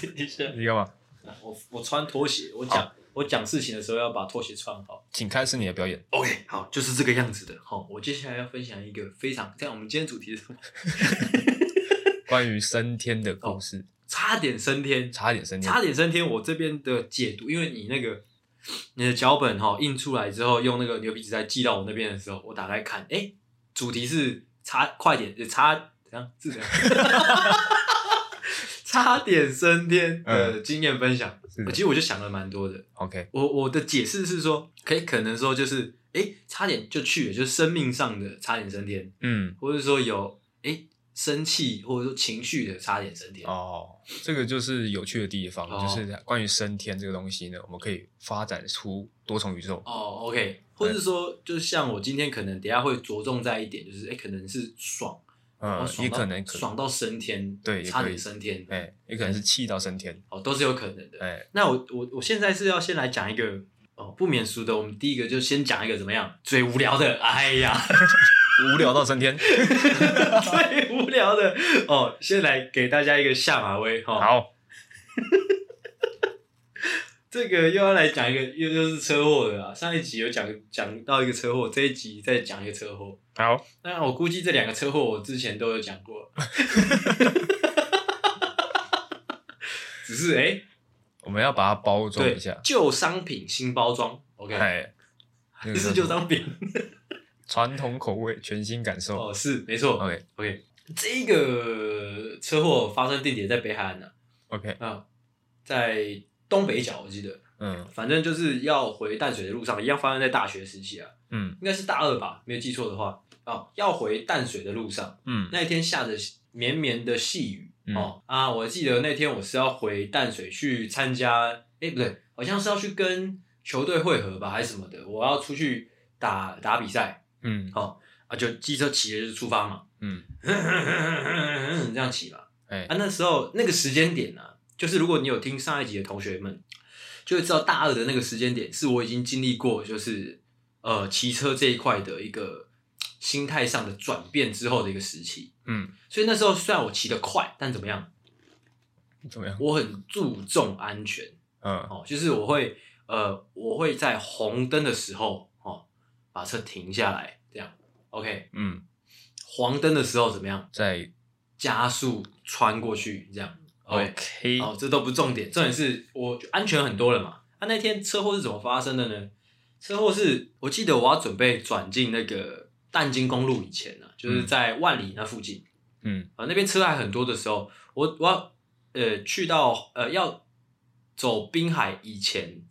Speaker 1: 等 [laughs] 一下，
Speaker 2: 你干嘛？
Speaker 1: 啊我我穿拖鞋，我讲我讲事情的时候要把拖鞋穿好。
Speaker 2: 请开始你的表演。
Speaker 1: OK，好，就是这个样子的。好，我接下来要分享一个非常……这样我们今天主题是什么？ [laughs]
Speaker 2: 关于升天的故事，
Speaker 1: 差点升天，
Speaker 2: 差点升天，
Speaker 1: 哦差点升天。我这边的解读，因为你那个你的脚本哈、印出来之后，用那个牛皮纸再寄到我那边的时候，我打开看，哎、主题是差快点，呃差怎样是怎样？ [laughs] 差点升天的经验分享，
Speaker 2: 是
Speaker 1: 我
Speaker 2: 的
Speaker 1: 其实我就想了蛮多的。
Speaker 2: OK，
Speaker 1: 我我的解释是说，可以可能说就是，哎、差点就去了，就是生命上的差点升天，
Speaker 2: 嗯，
Speaker 1: 或者说有哎、诶生气或者说情绪的差点升天。
Speaker 2: 哦，这个就是有趣的地方，
Speaker 1: 哦
Speaker 2: 就是关于升天这个东西呢，我们可以发展出多重宇宙。
Speaker 1: 哦，OK，或者说，就像我今天可能等一下会着重在一点，就是哎、诶可能是爽，然
Speaker 2: 嗯，
Speaker 1: 后哦爽
Speaker 2: 也
Speaker 1: 到
Speaker 2: 可能可，
Speaker 1: 爽到升天，
Speaker 2: 对也可以
Speaker 1: 差点升天，
Speaker 2: 哎、也可能是气到升天，
Speaker 1: 哦，都是有可能的。
Speaker 2: 哎、
Speaker 1: 那我我我现在是要先来讲一个哦不免俗的，我们第一个就先讲一个怎么样最无聊的，哎呀， [laughs]
Speaker 2: 无聊到升天。
Speaker 1: 最无聊的哦，先来给大家一个下马威哈。哦，
Speaker 2: 好，
Speaker 1: 这个又要来讲一个又又是车祸的啊，上一集有讲讲到一个车祸，这一集再讲一个车祸。
Speaker 2: 好，
Speaker 1: 那我估计这两个车祸我之前都有讲过，只是哎、诶
Speaker 2: 我们要把它包装
Speaker 1: 对
Speaker 2: 一下，，
Speaker 1: 旧商品新包装，OK，
Speaker 2: [laughs] 哎，嗯那个
Speaker 1: 是
Speaker 2: 叫
Speaker 1: 旧
Speaker 2: 什么 [laughs]
Speaker 1: 商品
Speaker 2: 传统口味，全新感受。
Speaker 1: 哦，是没错
Speaker 2: OK
Speaker 1: ，OK，这个车祸发生地点在北海岸呢、
Speaker 2: OK，
Speaker 1: 啊，在东北角我记得，
Speaker 2: 嗯
Speaker 1: 反正就是要回淡水的路上，一样发生在大学时期啊，
Speaker 2: 嗯
Speaker 1: 应该是大二吧，没有记错的话，哦，要回淡水的路上。
Speaker 2: 嗯
Speaker 1: 那一天下着绵绵的细雨、
Speaker 2: 嗯
Speaker 1: 哦啊！我记得那天我是要回淡水去参加，诶，不对，好像是要去跟球队会合吧，还是什么的。我要出去打打比赛
Speaker 2: 嗯
Speaker 1: 哦啊，就机车骑着就出发嘛， [laughs]
Speaker 2: 嗯，
Speaker 1: 这样骑嘛。
Speaker 2: 哎、
Speaker 1: 啊，那时候那个时间点呢、啊，就是如果你有听上一集的同学们，就会知道大二的那个时间点是我已经经历过，就是呃骑车这一块的一个心态上的转变之后的一个时期。
Speaker 2: 嗯，
Speaker 1: 所以那时候虽然我骑得快，但怎么样，
Speaker 2: 怎么样？
Speaker 1: 我很注重安全
Speaker 2: 嗯
Speaker 1: 哦，就是我会呃，我会在红灯的时候哦，把车停下来，这样 OK。
Speaker 2: 嗯，
Speaker 1: 黄灯的时候怎么样，
Speaker 2: 在
Speaker 1: 加速穿过去，这样 OK。
Speaker 2: OK，
Speaker 1: 哦，这都不重点，重点是我就安全很多了嘛。啊那、那天车祸是怎么发生的呢？车祸是我记得我要准备转进那个淡金公路以前呢、啊，就是
Speaker 2: 嗯
Speaker 1: 在万里那附近。
Speaker 2: 嗯
Speaker 1: 啊，那边车还很多的时候，我我要呃去到呃要走滨海以前，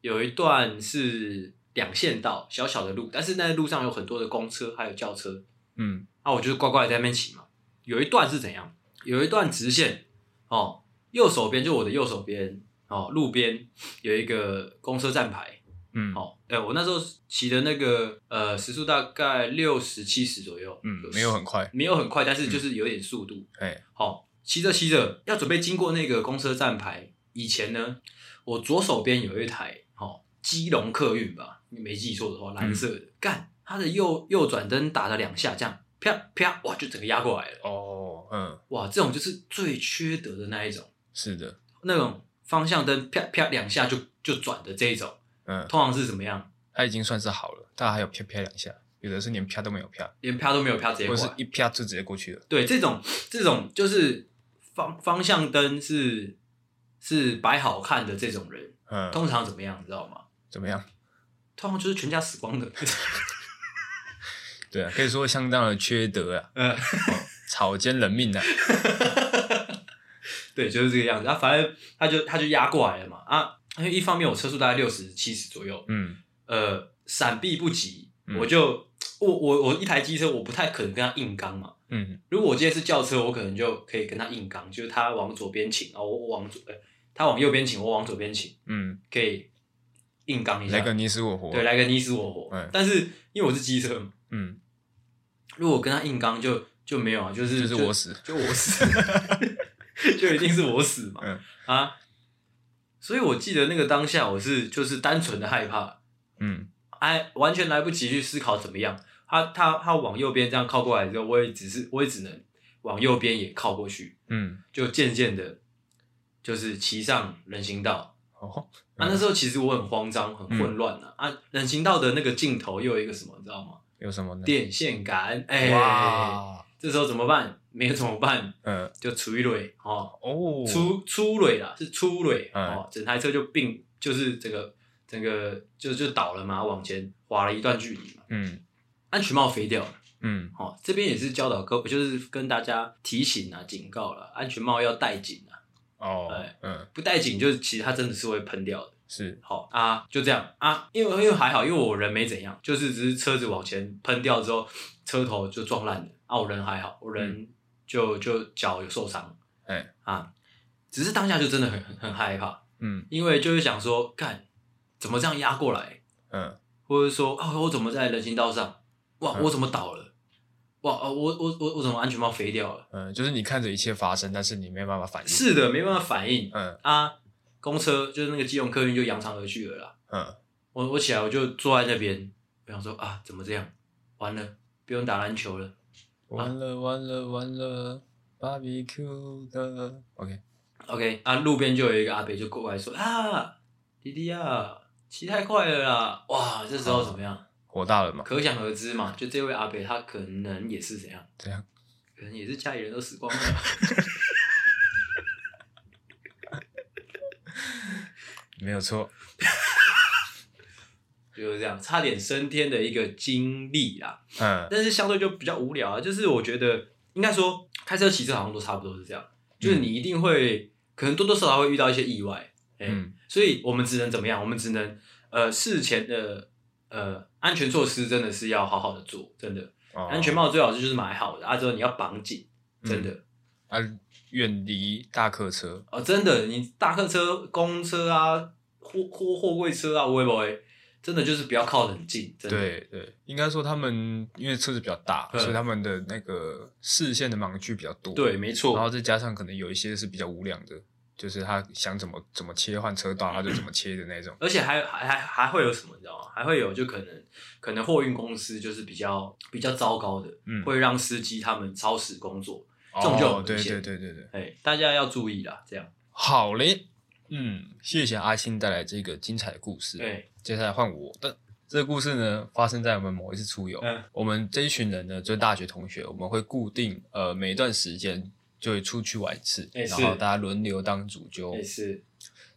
Speaker 1: 有一段是两线道小小的路，但是那路上有很多的公车还有轿车，
Speaker 2: 嗯
Speaker 1: 啊，我就是乖乖地在那边骑嘛。有一段是怎样？有一段直线哦，右手边就我的右手边哦，路边有一个公车站牌
Speaker 2: 嗯，
Speaker 1: 哦，哎、我那时候骑的那个呃时速大概六十七十左右，
Speaker 2: 嗯
Speaker 1: 有，
Speaker 2: 没有很嗯快，
Speaker 1: 没有很快，但是就是有点速度。
Speaker 2: 哎、
Speaker 1: 好，骑着骑着要准备经过那个公车站牌以前呢，我左手边有一台哦，基隆客运吧，你没记错的话，蓝色的，干它的右右转灯打了两下，这样啪啪，哇，就整个压过来了，
Speaker 2: 哦，嗯，
Speaker 1: 哇，这种就是最缺德的那一种，
Speaker 2: 是的，
Speaker 1: 那种方向灯啪啪两下就就转的这一种，
Speaker 2: 嗯，
Speaker 1: 通常是怎么样？他
Speaker 2: 他已经算是好了，但还有啪啪两下，有的是连啪都没有啪，
Speaker 1: 连啪都没有啪，直接
Speaker 2: 或
Speaker 1: 过
Speaker 2: 是
Speaker 1: 来。
Speaker 2: 一啪就直接过去了。
Speaker 1: 对，这种这种就是方方向灯是是摆好看的这种人，
Speaker 2: 嗯，
Speaker 1: 通常怎么样，你知道吗？
Speaker 2: 怎么样？
Speaker 1: 通常就是全家死光的。 [laughs]
Speaker 2: 对啊，可以说相当的缺德啊，
Speaker 1: 嗯，
Speaker 2: 草菅人命啊。
Speaker 1: 对，就是这个样子。啊，反正他就他就压过来了嘛。啊，因为一方面我车速大概六十七十左右，
Speaker 2: 嗯
Speaker 1: 呃，闪避不及，
Speaker 2: 嗯
Speaker 1: 我就我我我一台机车，我不太可能跟他硬刚嘛。
Speaker 2: 嗯
Speaker 1: 如果我今天是轿车，我可能就可以跟他硬刚，就是他往左边倾啊，我我往左，呃他往右边请，我往左边请，
Speaker 2: 嗯，
Speaker 1: 可以硬刚一下，
Speaker 2: 来个你死我活，
Speaker 1: 对，来个你死我活。
Speaker 2: 嗯
Speaker 1: 但是因为我是机车嘛，
Speaker 2: 嗯，
Speaker 1: 如果我跟他硬刚就就没有啊，就是
Speaker 2: 就是我死，
Speaker 1: 就我
Speaker 2: [laughs]
Speaker 1: 死，就一定是我死嘛。
Speaker 2: 嗯
Speaker 1: 啊，所以我记得那个当下，我是就是单纯的害怕，
Speaker 2: 嗯
Speaker 1: 哎，完全来不及去思考怎么样。他他他往右边这样靠过来之后，我也只是我也只能往右边也靠过去，
Speaker 2: 嗯，
Speaker 1: 就渐渐的，就是骑上人行道。
Speaker 2: 哦，
Speaker 1: 啊，那时候其实我很慌张，很混乱啊。
Speaker 2: 嗯
Speaker 1: 啊，人行道的那个尽头又有一个什么，你知道吗？
Speaker 2: 有什么呢？
Speaker 1: 电线杆，哎、
Speaker 2: 嗯哇，
Speaker 1: 这时候怎么办？没有怎么办，
Speaker 2: 嗯，
Speaker 1: 就垂蕊哦，
Speaker 2: 哦，
Speaker 1: 出出蕊啦，是出蕊、
Speaker 2: 嗯
Speaker 1: 哦，整台车就并就是整个整个就就倒了嘛，往前滑了一段距离嘛，
Speaker 2: 嗯
Speaker 1: 安全帽飞掉了
Speaker 2: 嗯
Speaker 1: 哦。这边也是教导各，就是跟大家提醒啊、警告了，安全帽要戴紧啊，
Speaker 2: 哦
Speaker 1: 哎，
Speaker 2: 嗯，
Speaker 1: 不戴紧就是其实它真的是会喷掉的。
Speaker 2: 是，
Speaker 1: 好、啊，就这样啊，因为因为还好，因为我人没怎样，就是只是车子往前喷掉之后，车头就撞烂了啊，我人还好，我人就、就脚有受伤，
Speaker 2: 嗯哎
Speaker 1: 啊，只是当下就真的很很很害怕，
Speaker 2: 嗯
Speaker 1: 因为就是想说，看怎么这样压过来，
Speaker 2: 嗯
Speaker 1: 或者说啊，我怎么在人行道上，哇，
Speaker 2: 嗯
Speaker 1: 我怎么倒了，哇，啊我我我我怎么安全帽飞掉了？
Speaker 2: 嗯，就是你看着一切发生，但是你没有办法反应，，
Speaker 1: 是的，没办法反应
Speaker 2: 嗯
Speaker 1: 啊，公车就是那个基隆客运就扬长而去了啦。
Speaker 2: 嗯
Speaker 1: 我我起来我就坐在那边，我想说啊，怎么这样？完了，不用打篮球了。
Speaker 2: 完了完了完了，barbecue 的，OK，
Speaker 1: OK，啊，路边就有一个阿伯就过来说啊，弟弟啊，骑太快了啦！哇，这时候怎么样？
Speaker 2: 火大了嘛？
Speaker 1: 可想而知嘛，就这位阿伯他可能也是怎样，
Speaker 2: 这样，
Speaker 1: 可能也是家里人都死光了。 [laughs]
Speaker 2: 没有错，
Speaker 1: 就是这样，差点升天的一个经历啦。
Speaker 2: 嗯
Speaker 1: 但是相对就比较无聊啊，就是我觉得应该说开车、骑车好像都差不多是这样，就是
Speaker 2: 嗯
Speaker 1: 你一定会可能多多少少会遇到一些意外，哎、
Speaker 2: 嗯
Speaker 1: 所以我们只能怎么样？我们只能呃事前的呃安全措施真的是要好好的做，真的
Speaker 2: 哦
Speaker 1: 安全帽最好就是买好的啊，之后你要绑紧，真的、
Speaker 2: 啊，远离大客车，
Speaker 1: 哦，真的你大客车、公车啊、货货货柜车啊，会不会真的就是不要靠得很近，真的
Speaker 2: 对对，应该说他们因为车子比较大，
Speaker 1: 嗯
Speaker 2: 所以他们的那个视线的盲区比较多。
Speaker 1: 对，，没错，
Speaker 2: 然后再加上可能有一些是比较无良的，就是他想怎么怎么切换车道，他就怎么切的那种。
Speaker 1: 而且还还还还会有什么，你知道吗？还会有就可能可能货运公司就是比较比较糟糕的，
Speaker 2: 嗯，
Speaker 1: 会让司机他们超时工作，
Speaker 2: 哦
Speaker 1: 这种就很
Speaker 2: 对
Speaker 1: 明
Speaker 2: 对
Speaker 1: 显
Speaker 2: 对对对，
Speaker 1: 哎、大家要注意啦，这样，
Speaker 2: 好嘞，嗯，谢谢阿星带来这个精彩的故事。
Speaker 1: 哎、
Speaker 2: 接下来换我的。这个故事呢，发生在我们某一次出游。
Speaker 1: 嗯
Speaker 2: 我们这一群人呢，就是大学同学，我们会固定呃每一段时间就会出去玩一次，
Speaker 1: 哎
Speaker 2: 然
Speaker 1: 是
Speaker 2: 后大家轮流当主揪，
Speaker 1: 也是，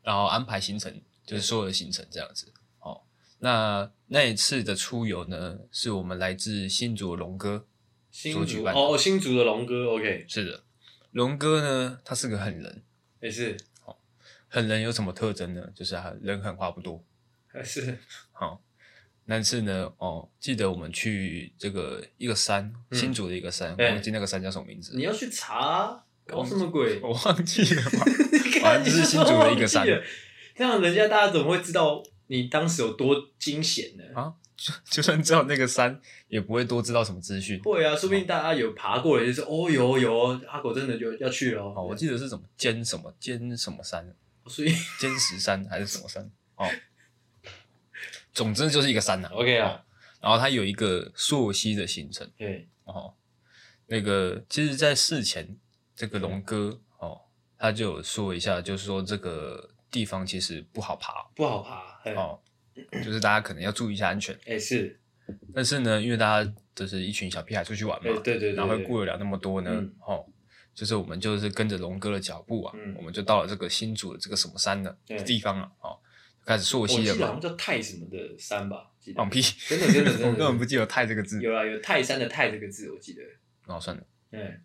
Speaker 2: 然后安排行程，就是所有的行程这样子。哦，那那一次的出游呢，是我们来自新竹的龙哥。
Speaker 1: 新
Speaker 2: 所举
Speaker 1: 竹
Speaker 2: 办
Speaker 1: 哦哦，新竹的龙哥，OK，
Speaker 2: 是的，龙哥呢，他是个狠人。
Speaker 1: 也是
Speaker 2: 狠人有什么特征呢？就是他人狠话不多。
Speaker 1: 还是，
Speaker 2: 好，那次呢，哦，记得我们去这个一个山，
Speaker 1: 嗯
Speaker 2: 新竹的一个山，
Speaker 1: 哎
Speaker 2: 忘记那个山叫什么名字
Speaker 1: 你，要去查啊，搞什么鬼？
Speaker 2: 我忘记了
Speaker 1: [laughs]
Speaker 2: 嘛。
Speaker 1: 你
Speaker 2: 反
Speaker 1: 看，
Speaker 2: 正就是新竹的一个山
Speaker 1: 你就忘记了，这样人家大家怎么会知道你当时有多惊险呢？
Speaker 2: 啊，就就算知道那个山，也不会多知道什么资讯。
Speaker 1: 会啊，说不定大家有爬过的，就是哦，有有，阿狗真的就要去了哦。
Speaker 2: 哦，我记得是什么尖什么尖什么山， [laughs]
Speaker 1: 所以
Speaker 2: 尖石山还是什么山？哦，总之就是一个山呐、
Speaker 1: OK 啊，
Speaker 2: 然后它有一个溯溪的行程。
Speaker 1: 对，
Speaker 2: 哦，那个其实，在事前，这个龙哥哦，他就有说一下，就是说这个地方其实不好爬
Speaker 1: 不好爬。哎、
Speaker 2: 哦，就是大家可能要注意一下安全。
Speaker 1: 哎是，
Speaker 2: 但是呢，因为大家就是一群小屁孩出去玩
Speaker 1: 哎
Speaker 2: 嘛，
Speaker 1: 对对对，
Speaker 2: 哪会
Speaker 1: 对
Speaker 2: 顾得了那么多呢？
Speaker 1: 嗯
Speaker 2: 哦，就是我们就是跟着龙哥的脚步啊，
Speaker 1: 嗯
Speaker 2: 我们就到了这个新竹的这个什么山呢
Speaker 1: 对哦
Speaker 2: 地方了、哦，开始溯
Speaker 1: 我记
Speaker 2: 溪
Speaker 1: 得
Speaker 2: 了
Speaker 1: 好像
Speaker 2: 嘛，
Speaker 1: 叫泰什么的山吧，记得
Speaker 2: 放屁，
Speaker 1: 真
Speaker 2: [laughs]
Speaker 1: 的真的真的
Speaker 2: 我根本不记得“泰”这个字。
Speaker 1: 有啊，有泰山的泰这个字，我记得。
Speaker 2: 哦，算了，
Speaker 1: 嗯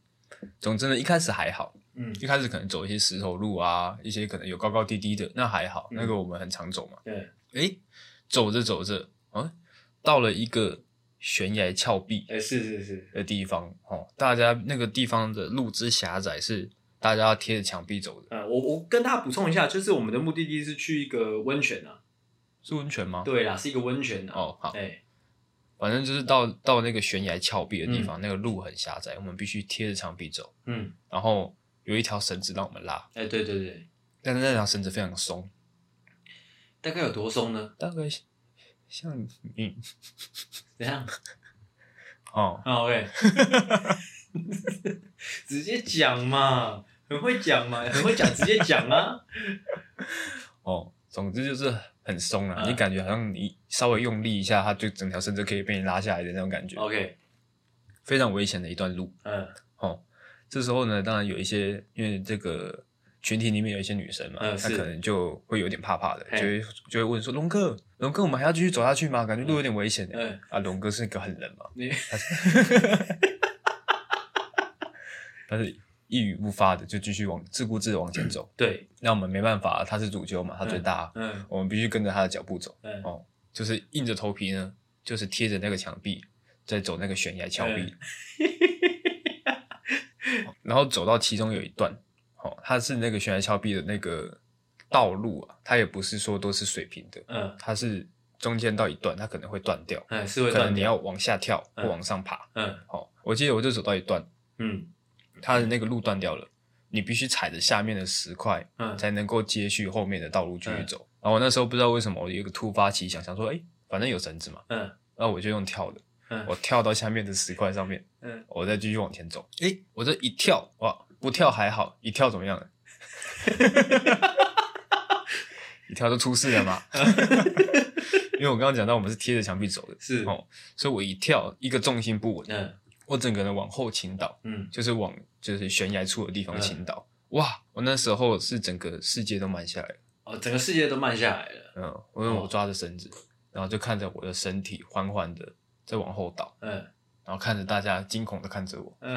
Speaker 2: 总之呢，一开始还好，
Speaker 1: 嗯，
Speaker 2: 一开始可能走一些石头路啊，一些可能有高高低低的，那还好，
Speaker 1: 嗯
Speaker 2: 那个我们很常走嘛。
Speaker 1: 对，
Speaker 2: 诶、走着走着，啊，到了一个悬崖峭壁
Speaker 1: 哎是是是，
Speaker 2: 的地方，哦，大家那个地方的路之狭窄是大家要贴着墙壁走的，
Speaker 1: 呃，我我跟大家补充一下，就是我们的目的地是去一个温泉啊，
Speaker 2: 是温泉吗？
Speaker 1: 对啦，是一个温泉啊，
Speaker 2: 哦，好，
Speaker 1: 哎，
Speaker 2: 反正就是到到那个悬崖峭壁的地方，那个路很狭窄，我们必须贴着墙壁走，
Speaker 1: 嗯，
Speaker 2: 然后有一条绳子让我们拉，
Speaker 1: 哎，对对对，
Speaker 2: 但是那条绳子非常松，
Speaker 1: 大概有多松呢？
Speaker 2: 大概像像你
Speaker 1: 怎样？
Speaker 2: 哦，
Speaker 1: [laughs] 啊，OK，直接讲嘛，很会讲嘛，很会讲，直接讲啊。
Speaker 2: 哦，总之就是很松啊，
Speaker 1: 嗯
Speaker 2: 你感觉好像你稍微用力一下，它就整条绳子可以被你拉下来的那种感觉，
Speaker 1: [laughs] OK，
Speaker 2: 非常危险的一段路
Speaker 1: 嗯
Speaker 2: 哦。这时候呢，当然有一些因为这个群体里面有一些女生嘛，
Speaker 1: 嗯
Speaker 2: 她
Speaker 1: 是
Speaker 2: 可能就会有点怕怕的，
Speaker 1: 嘿
Speaker 2: 就会就会问说：“龙哥，龙哥，我们还要继续走下去吗？感觉路有点危险。欸
Speaker 1: 嗯，
Speaker 2: 啊，龙哥是个狠人嘛，
Speaker 1: 你
Speaker 2: [laughs] 但是一语不发的就继续往自顾自的往前走。
Speaker 1: 对，
Speaker 2: 那我们没办法，他是主角嘛，他最大，
Speaker 1: 嗯
Speaker 2: 我们必须跟着他的脚步走。
Speaker 1: 嗯
Speaker 2: 哦，就是硬着头皮呢，就是贴着那个墙壁，再走那个悬崖峭壁，
Speaker 1: 嗯
Speaker 2: [laughs] 然后走到其中有一段，哦，它是那个悬崖峭壁的那个道路啊，它也不是说都是水平的，
Speaker 1: 嗯
Speaker 2: 它是中间到一段，它可能会断掉，
Speaker 1: 嗯，是会
Speaker 2: 可能
Speaker 1: 断
Speaker 2: 你
Speaker 1: 掉。
Speaker 2: 要往下跳
Speaker 1: 嗯
Speaker 2: 或往上爬。
Speaker 1: 嗯
Speaker 2: 哦，我记得我就走到一段，
Speaker 1: 嗯
Speaker 2: 它的那个路断掉了，你必须踩着下面的石块，
Speaker 1: 嗯
Speaker 2: 才能够接续后面的道路继续走。然后我那时候不知道为什么，我有一个突发奇想，想说，哎、反正有绳子嘛，
Speaker 1: 嗯
Speaker 2: 那我就用跳的，
Speaker 1: 嗯
Speaker 2: 我跳到下面的石块上面，
Speaker 1: 嗯，
Speaker 2: 我再继续往前走。哎、我这一跳，哇，不跳还好，一跳怎么样了？ [laughs] 一跳就出事了嘛。 [laughs] 因为我刚刚讲到我们是贴着墙壁走的，
Speaker 1: 是
Speaker 2: 哦，所以我一跳，一个重心不稳，
Speaker 1: 嗯
Speaker 2: 我整个人往后倾倒，
Speaker 1: 嗯
Speaker 2: 就是往就是悬崖处的地方
Speaker 1: 嗯
Speaker 2: 倾倒。哇！我那时候是整个世界都慢下来了，
Speaker 1: 哦，整个世界都慢下来了。
Speaker 2: 嗯，因
Speaker 1: 哦
Speaker 2: 为我抓着绳子，然后就看着我的身体缓缓的在往后倒，
Speaker 1: 嗯
Speaker 2: 然后看着大家惊恐的看着我 [laughs]
Speaker 1: 嗯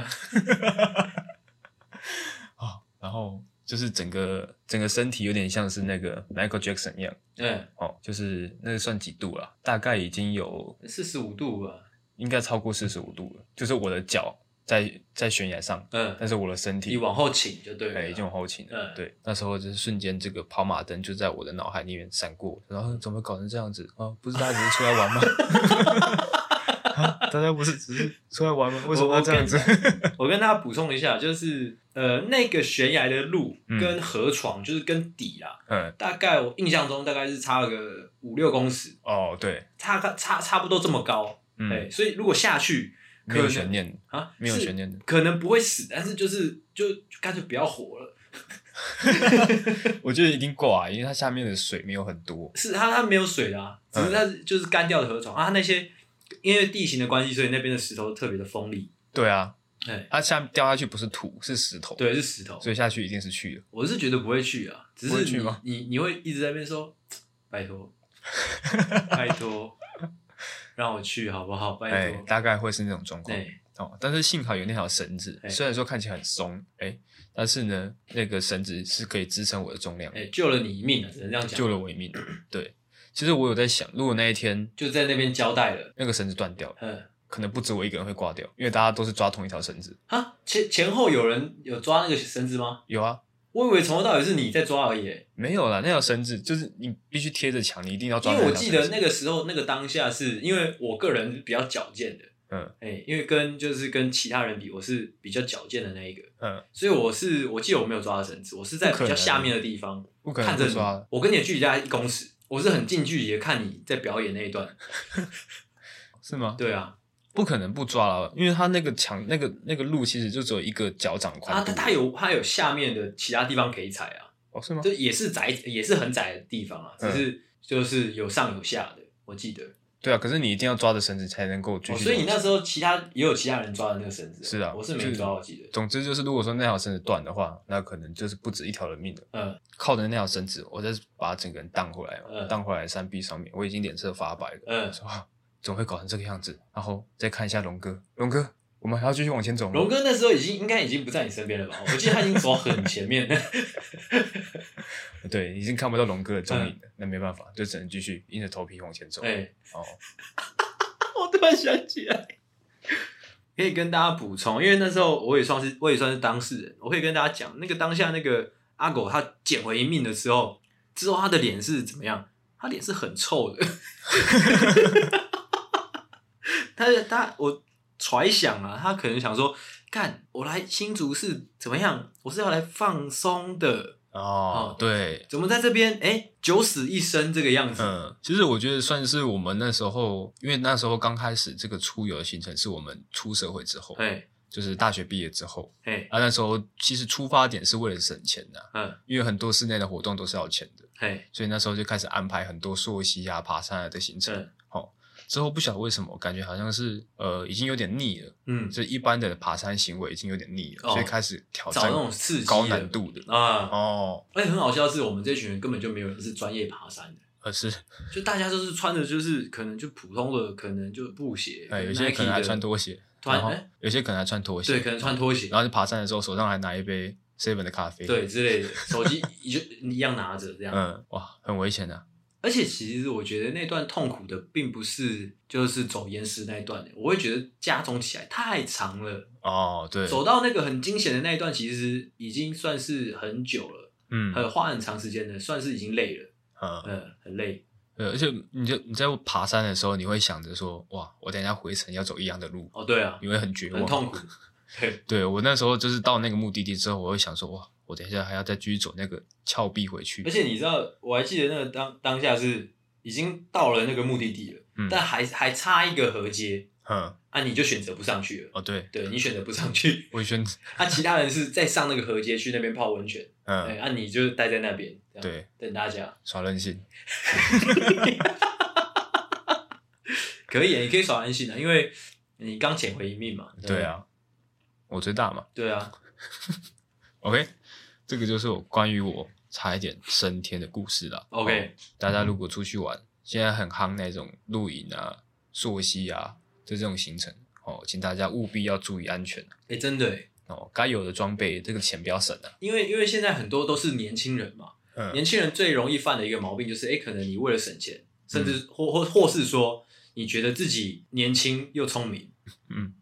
Speaker 2: 啊，然后就是整个整个身体有点像是那个 Michael Jackson 一样，
Speaker 1: 嗯，
Speaker 2: 哦，就是那个算几度了？大概已经有
Speaker 1: 四十五度吧。
Speaker 2: 应该超过四十五度了，就是我的脚在在悬崖上，
Speaker 1: 嗯，
Speaker 2: 但是我的身
Speaker 1: 你
Speaker 2: 体
Speaker 1: 往后倾就对
Speaker 2: 哎，
Speaker 1: 了。
Speaker 2: 已经往后倾了。
Speaker 1: 嗯
Speaker 2: 对，那时候就是瞬间，这个跑马灯就在我的脑海里面闪过，然后怎么搞成这样子啊？不是大家只是出来玩吗？
Speaker 1: [laughs]
Speaker 2: 啊大家不是只是出来玩吗？为什么要这样子？
Speaker 1: [laughs] 我跟大家补充一下，就是呃，那个悬崖的路跟河床，就是跟底啊，
Speaker 2: [laughs] 嗯，
Speaker 1: 大概我印象中大概是差了个五六公尺，
Speaker 2: 哦，对，
Speaker 1: 差个差差不多这么高。哎、
Speaker 2: 嗯，
Speaker 1: 所以如果下去可
Speaker 2: 没有
Speaker 1: 能
Speaker 2: 悬念，
Speaker 1: 啊，
Speaker 2: 没有
Speaker 1: 是
Speaker 2: 悬念的，
Speaker 1: 可能不会死，但是就是就就干脆不要活了。
Speaker 2: 我觉得一定挂，因为它下面的水没有很多。
Speaker 1: 是它它没有水啦、只
Speaker 2: 嗯
Speaker 1: 是它是就是干掉的河床啊，它那些因为地形的关系，所以那边的石头特别的锋利。
Speaker 2: 对啊，
Speaker 1: 哎、
Speaker 2: 它下掉下去不是土，是石头。，
Speaker 1: 对，是石头，
Speaker 2: 所以下去一定是去的。
Speaker 1: 我是绝对不会去啊。只
Speaker 2: 不会
Speaker 1: 是
Speaker 2: 去
Speaker 1: 你
Speaker 2: 吗
Speaker 1: 你你会一直在那边说，拜
Speaker 2: [laughs]
Speaker 1: 托，拜托，让我去好不好？拜
Speaker 2: 哎
Speaker 1: 托，，哎
Speaker 2: 大概会是那种状况。
Speaker 1: 对，
Speaker 2: 哦，但是幸好有那条绳子，
Speaker 1: 哎
Speaker 2: 虽然说看起来很松，哎，但是呢，那个绳子是可以支撑我的重量的。
Speaker 1: 哎、救了你一命啊，只能这样讲。
Speaker 2: 救了我一命。对，其实我有在想，如果那一天
Speaker 1: 就在那边交代了，
Speaker 2: 那个绳子断掉了，
Speaker 1: 嗯。
Speaker 2: 可能不止我一个人会挂掉，因为大家都是抓同一条绳子。
Speaker 1: 啊，前前后有人有抓那个绳子吗？
Speaker 2: 有啊，
Speaker 1: 我以为从头到尾是你在抓而已，因
Speaker 2: 没有啦，那条绳子就是你必须贴着墙，你一定要抓。
Speaker 1: 为我记得那
Speaker 2: 个，
Speaker 1: 个时候那个当下是因为我个人比较矫健的，
Speaker 2: 嗯
Speaker 1: 哎、因为跟就是跟其他人比，我是比较矫健的那一个，
Speaker 2: 嗯，
Speaker 1: 所以我是我记得我没有抓到绳子，我是在
Speaker 2: 不可
Speaker 1: 比
Speaker 2: 能
Speaker 1: 较下面的地方
Speaker 2: 不可能
Speaker 1: 看着
Speaker 2: 不
Speaker 1: 你
Speaker 2: 抓。，
Speaker 1: 我跟你的距离大概一公尺，我是很近距离的看你在表演那一段，
Speaker 2: 是吗？
Speaker 1: 对啊，
Speaker 2: 不可能不抓了，因为它那个墙那个那个路其实就只有一个脚掌宽
Speaker 1: 啊，
Speaker 2: 度。
Speaker 1: 它它有它有下面的其他地方可以踩啊，
Speaker 2: 哦，是吗？
Speaker 1: 这也是窄也是很窄的地方啊，只
Speaker 2: 嗯
Speaker 1: 是就是有上有下的，我记得。
Speaker 2: 对啊，可是你一定要抓着绳子才能够继续
Speaker 1: 哦，
Speaker 2: 往前。
Speaker 1: 所以你那时候其他也有其他人抓的那个绳子，
Speaker 2: 是啊
Speaker 1: 我是没抓，我记得，
Speaker 2: 总之就是，如果说那条绳子断的话，那可能就是不止一条人命了。
Speaker 1: 嗯
Speaker 2: 靠着那条绳子，我再把整个人荡回来嘛，
Speaker 1: 嗯
Speaker 2: 荡、回来山壁上面，我已经脸色发白了，
Speaker 1: 嗯，
Speaker 2: 说、啊、怎么会搞成这个样子？然后再看一下龙哥，龙哥，我们还要继续往前走吗？
Speaker 1: 龙哥那时候已经应该已经不在你身边了吧？我记得他已经走很前
Speaker 2: [laughs]
Speaker 1: 面了，
Speaker 2: 对，已经看不到龙哥的踪影了，
Speaker 1: 嗯
Speaker 2: 那没办法，就只能继续哦硬着头皮往前走。
Speaker 1: 哎，
Speaker 2: 哦，
Speaker 1: 我突然想起来，可以跟大家补充，因为那时候我也算是我也算是当事人，我可以跟大家讲，那个当下那个阿狗他捡回一命的时候，之后他的脸是怎么样？他脸是很臭的。 [laughs] 他他我揣想啊，他可能想说，干我来新竹是怎么样？我是要来放松的，
Speaker 2: 哦
Speaker 1: 哦，
Speaker 2: 对，
Speaker 1: 怎么在这边哎九死一生这个样子？
Speaker 2: 嗯，其实我觉得算是我们那时候，因为那时候刚开始这个出游的行程是我们出社会之后，
Speaker 1: 哎
Speaker 2: 就是大学毕业之后
Speaker 1: 哎
Speaker 2: 啊，那时候其实出发点是为了省钱的、
Speaker 1: 嗯
Speaker 2: 因为很多室内的活动都是要钱的，
Speaker 1: 哎
Speaker 2: 所以那时候就开始安排很多溯溪啊、爬山啊的行程。
Speaker 1: 嗯
Speaker 2: 之后不晓得为什么，感觉好像是呃已经有点腻了，
Speaker 1: 嗯，
Speaker 2: 就一般的爬山行为已经有点腻了，
Speaker 1: 哦
Speaker 2: 所以开始挑
Speaker 1: 找
Speaker 2: 战
Speaker 1: 那种刺激的
Speaker 2: 高难度的。
Speaker 1: 啊！
Speaker 2: 哦，
Speaker 1: 而且很好笑的是，我们这群人根本就没有人是专业爬山的，
Speaker 2: 而是
Speaker 1: 就大家都是穿的就是可能就普通的，可能就布鞋，
Speaker 2: 哎，有
Speaker 1: Nike
Speaker 2: 些人可能还
Speaker 1: 的
Speaker 2: 穿拖鞋，
Speaker 1: 穿
Speaker 2: 然后
Speaker 1: 哎
Speaker 2: 有些可能还穿拖鞋，
Speaker 1: 对，可能穿拖鞋，
Speaker 2: 然后去爬山的时候手上还拿一杯 seven 的咖啡，，
Speaker 1: 对之类的，手机一就一样拿着这样。
Speaker 2: 嗯，哇，很危险的，
Speaker 1: 而且其实我觉得那段痛苦的并不是就是走岩石那一段，我会觉得加总起来太长了，
Speaker 2: 哦，对，
Speaker 1: 走到那个很惊险的那一段，其实已经算是很久了，
Speaker 2: 嗯，
Speaker 1: 很花很长时间的，算是已经累了，
Speaker 2: 嗯，
Speaker 1: 嗯，很累。
Speaker 2: 对，而且你就你在爬山的时候，你会想着说，哇，我等一下回程要走一样的路，
Speaker 1: 哦，对啊，
Speaker 2: 你会很绝
Speaker 1: 很
Speaker 2: 望，
Speaker 1: 痛苦。嘿
Speaker 2: 对我那时候就是到那个目的地之后，我会想说，哇，我等一下还要再继续走那个峭壁回去
Speaker 1: 而，且你知道，我还记得那个当当下是已经到了那个目的地了，
Speaker 2: 嗯，
Speaker 1: 但还还差一个河阶
Speaker 2: 嗯，
Speaker 1: 啊，你就选择不上去了。
Speaker 2: 哦，对，
Speaker 1: 对你选择不上去，
Speaker 2: 我选，
Speaker 1: 啊，其他人是再上那个河街去那边泡温泉，哎、
Speaker 2: 嗯，
Speaker 1: 啊，你就待在那边，这样
Speaker 2: 对，
Speaker 1: 等大家。
Speaker 2: 耍任性，
Speaker 1: 可以，你可以耍安心啊的，因为你刚捡回一命嘛。
Speaker 2: 对，啊，我最大嘛
Speaker 1: 对啊，
Speaker 2: ，OK，这个就是我关于我差一点升天的故事啦哦
Speaker 1: OK
Speaker 2: 大家如果出去玩，现在很夯那种露营啊、溯溪啊的这种行程哦，请大家务必要注意安全
Speaker 1: 哎、真的耶，
Speaker 2: 哦，该有的装备这个钱不要省啊。
Speaker 1: 因为因为现在很多都是年轻人嘛，
Speaker 2: 嗯
Speaker 1: 年轻人最容易犯的一个毛病就是，哎、可能你为了省钱，甚至或或或是说，你觉得自己年轻又聪明，
Speaker 2: 嗯，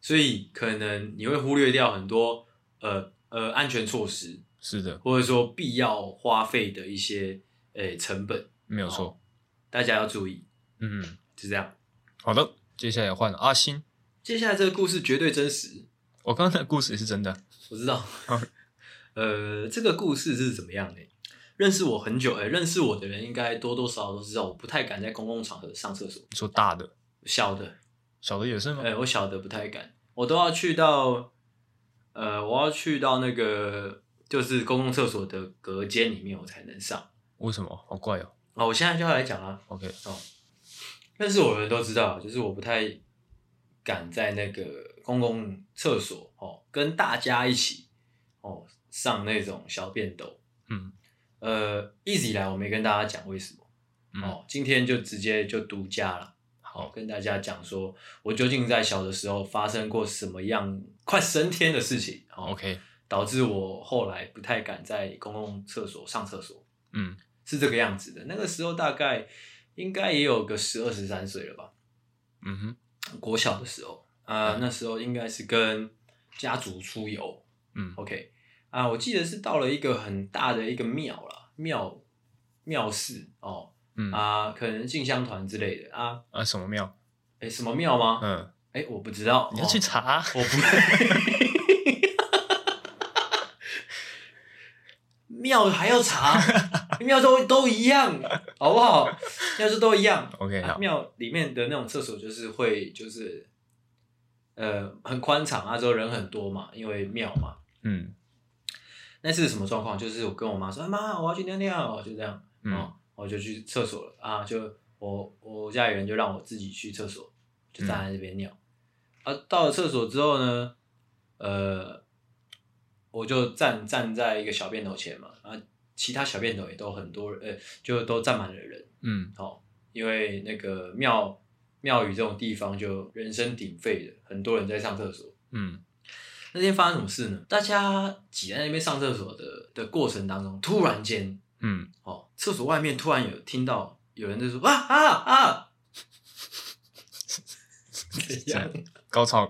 Speaker 1: 所以可能你会忽略掉很多呃呃安全措施，
Speaker 2: 是的，
Speaker 1: 或者说必要花费的一些诶、呃成本。
Speaker 2: 没有错。
Speaker 1: 大家要注意，
Speaker 2: 嗯，
Speaker 1: 就这样。
Speaker 2: 好的，接下来换阿星。
Speaker 1: 接下来这个故事绝对真实，
Speaker 2: 我刚刚的故事也是真的，
Speaker 1: 我知道。 [laughs] 呃，这个故事是怎么样的？认识我很久，哎、认识我的人应该多多少少都知道，我不太敢在公共场合上厕所。
Speaker 2: 你说大的、
Speaker 1: 小的，
Speaker 2: 小的也是吗
Speaker 1: 哎、？我小的不太敢，我都要去到，呃，我要去到那个就是公共厕所的隔间里面，我才能上。
Speaker 2: 为什么？好怪哦。
Speaker 1: 哦，我现在就要来讲啦。
Speaker 2: OK，
Speaker 1: 认识我的人都知道，就是我不太敢在那个公共厕所哦，跟大家一起哦上那种小便斗。
Speaker 2: 嗯
Speaker 1: 呃，一直以来我没跟大家讲为什么、
Speaker 2: 嗯，
Speaker 1: 哦，今天就直接就独家了。好，
Speaker 2: 好，
Speaker 1: 跟大家讲说，我究竟在小的时候发生过什么样快升天的事情哦
Speaker 2: OK，
Speaker 1: 导致我后来不太敢在公共厕所上厕所，
Speaker 2: 嗯
Speaker 1: 是这个样子的。那个时候大概应该也有个十二十三岁了吧，
Speaker 2: 嗯哼，
Speaker 1: 国小的时候，啊，
Speaker 2: 嗯
Speaker 1: 那时候应该是跟家族出游
Speaker 2: 嗯
Speaker 1: ，OK，啊、我记得是到了一个很大的一个庙啦，庙庙寺哦，
Speaker 2: 嗯
Speaker 1: 啊、可能进香团之类的啊，
Speaker 2: 啊，什么庙？
Speaker 1: 哎、什么庙吗？
Speaker 2: 嗯，
Speaker 1: 哎、我不知道，
Speaker 2: 你要去
Speaker 1: 哦
Speaker 2: 查。
Speaker 1: 我不。 [laughs] 庙还要查，庙都都一样，好不好？庙是都一样，
Speaker 2: OK，
Speaker 1: 啊
Speaker 2: 好，
Speaker 1: 庙、里面的那种厕所就是会就是，呃，很宽敞啊，之后人很多嘛，因为庙嘛。
Speaker 2: 嗯
Speaker 1: 那次是什么状况？就是我跟我妈说，啊妈，我要去尿尿，就这样，
Speaker 2: 嗯
Speaker 1: 哦，我就去厕所了啊，就我我家里人就让我自己去厕所，就站在那边尿。啊，到了厕所之后呢，呃，我就站站在一个小便斗前嘛，啊，其他小便斗也都很多人，呃，就都站满了人。
Speaker 2: 嗯
Speaker 1: 哦，因为那个庙庙宇这种地方就人声鼎沸的，很多人在上厕所。
Speaker 2: 嗯，
Speaker 1: 那天发生什么事呢？大家挤在那边上厕所的的过程当中，突然间，
Speaker 2: 嗯，
Speaker 1: 哦，厕所外面突然有听到有人在说啊啊啊，怎样？
Speaker 2: 高
Speaker 1: [laughs]
Speaker 2: 潮，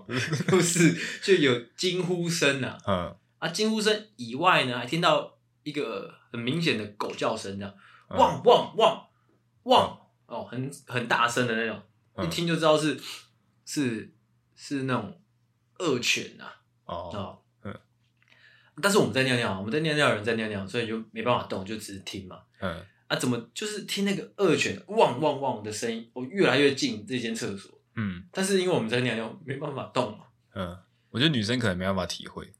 Speaker 1: 不是， [laughs] 就有惊呼声啊！
Speaker 2: 嗯，
Speaker 1: 啊，惊呼声以外呢，还听到一个很明显的狗叫声，这样
Speaker 2: 嗯
Speaker 1: 汪汪汪汪哦，很很大声的那种，
Speaker 2: 嗯
Speaker 1: 一听就知道是是是那种恶犬啊
Speaker 2: 哦，
Speaker 1: 哦。
Speaker 2: 嗯
Speaker 1: 但是我们在尿啊尿，我们在尿尿，有人在尿尿，所以就没办法动，就只是听嘛。
Speaker 2: 嗯
Speaker 1: 啊，怎么就是听那个恶犬汪汪汪的声音，我越来越近这间厕所，
Speaker 2: 嗯
Speaker 1: 但是因为我们在尿尿，没办法动嘛。
Speaker 2: 嗯，我觉得女生可能没办法体会，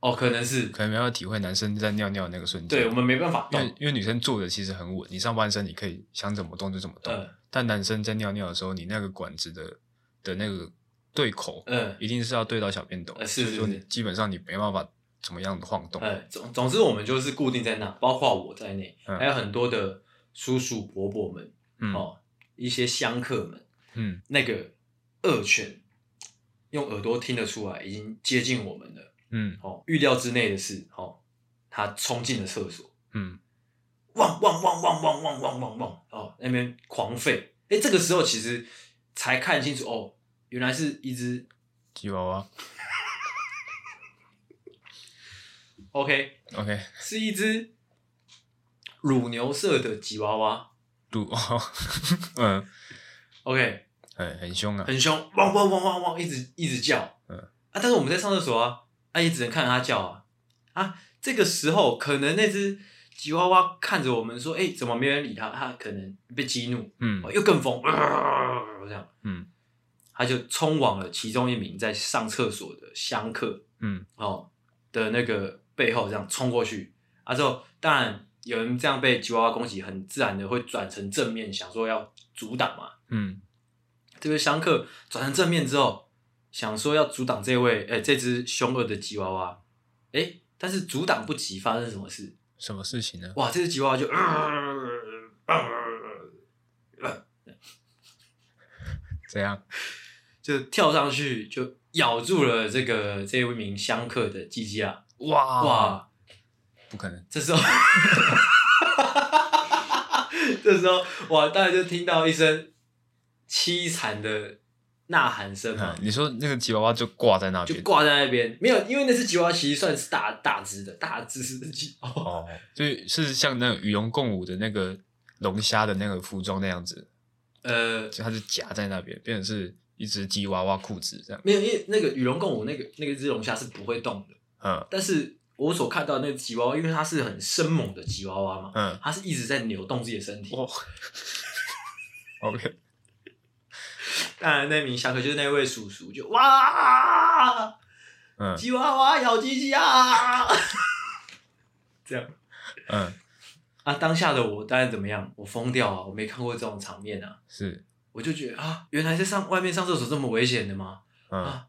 Speaker 1: 哦，可能是
Speaker 2: 可能没办法体会男生在尿尿那个瞬间。
Speaker 1: 对我们没办法
Speaker 2: 因
Speaker 1: 动
Speaker 2: 为，因为女生坐的其实很稳，你上半身你可以想怎么动就怎么动，
Speaker 1: 嗯
Speaker 2: 但男生在尿尿的时候，你那个管子的的那个对口，
Speaker 1: 嗯
Speaker 2: 一定是要对到小便斗，
Speaker 1: 呃是是
Speaker 2: 所以
Speaker 1: 是
Speaker 2: 你基本上你没办法怎么样的晃动。
Speaker 1: 嗯，总总之我们就是固定在那，包括我在内，
Speaker 2: 嗯
Speaker 1: 还有很多的叔叔伯伯们、
Speaker 2: 嗯、
Speaker 1: 哦，一些香客们，
Speaker 2: 嗯
Speaker 1: 那个恶犬用耳朵听得出来，已经接近我们了
Speaker 2: 嗯
Speaker 1: 哦，预料之内的事哦，他冲进了厕所，
Speaker 2: 嗯
Speaker 1: 汪汪汪汪汪汪汪汪汪哦，那边狂吠。哎，这个时候其实才看清楚哦，原来是一只
Speaker 2: 吉娃娃
Speaker 1: OK，
Speaker 2: ，OK，
Speaker 1: 是一只乳牛色的吉娃娃
Speaker 2: 嘟， [laughs] 嗯，
Speaker 1: OK，
Speaker 2: 很很凶啊，
Speaker 1: 很凶，汪汪汪汪汪，一直一直叫。
Speaker 2: 嗯
Speaker 1: 啊，但是我们在上厕所啊，啊也只能看着它叫啊啊。这个时候可能那只吉娃娃看着我们说，哎，怎么没人理它？它可能被激怒，
Speaker 2: 嗯
Speaker 1: 哦又更疯，呃这样。
Speaker 2: 嗯
Speaker 1: 他就冲往了其中一名在上厕所的香客
Speaker 2: 嗯
Speaker 1: 哦的那个背后，这样冲过去。啊，之后当然有人这样被吉娃娃攻击，很自然的会转成正面，想说要阻挡嘛。
Speaker 2: 嗯
Speaker 1: 这位香客转成正面之后，想说要阻挡这位哎、这只凶恶的吉娃娃，哎、但是阻挡不及，发生什么事？
Speaker 2: 什么事情呢？
Speaker 1: 哇，这只吉娃娃就，呃
Speaker 2: 怎样？
Speaker 1: 就跳上去就咬住了这个这一名香客的鸡鸡啊！
Speaker 2: 哇
Speaker 1: 哇！，
Speaker 2: 不可能，
Speaker 1: 这时候， [laughs] 这时候哇，大家就听到一声凄惨的呐喊声嘛
Speaker 2: 嗯，你说那个吉娃娃就挂在那
Speaker 1: 就
Speaker 2: 边，
Speaker 1: 挂在那边。没有，因为那只吉娃娃其实算是大大只的，大只的吉娃娃。
Speaker 2: 哦，就是是像那个与龙共舞的那个龙虾的那个服装那样子，
Speaker 1: 呃，
Speaker 2: 就它就夹在那边，变成是一只吉娃娃裤子这样。
Speaker 1: 没有，因为那个与龙共舞那个那个只龙虾是不会动的，
Speaker 2: 嗯
Speaker 1: 但是我所看到的那只吉娃娃，因为它是很生猛的吉娃娃嘛，
Speaker 2: 嗯，
Speaker 1: 它是一直在扭动自己的身体。
Speaker 2: 哇 [laughs] ，OK，
Speaker 1: 当然，那名侠客就是那位叔叔，就哇，
Speaker 2: 嗯
Speaker 1: 吉娃娃咬鸡鸡啊！ [laughs] 这样
Speaker 2: 嗯，
Speaker 1: 啊，当下的我当然怎么样？我疯掉啊！我没看过这种场面啊！
Speaker 2: 是，
Speaker 1: 我就觉得啊，原来在上外面上厕所这么危险的吗？
Speaker 2: 嗯
Speaker 1: 啊，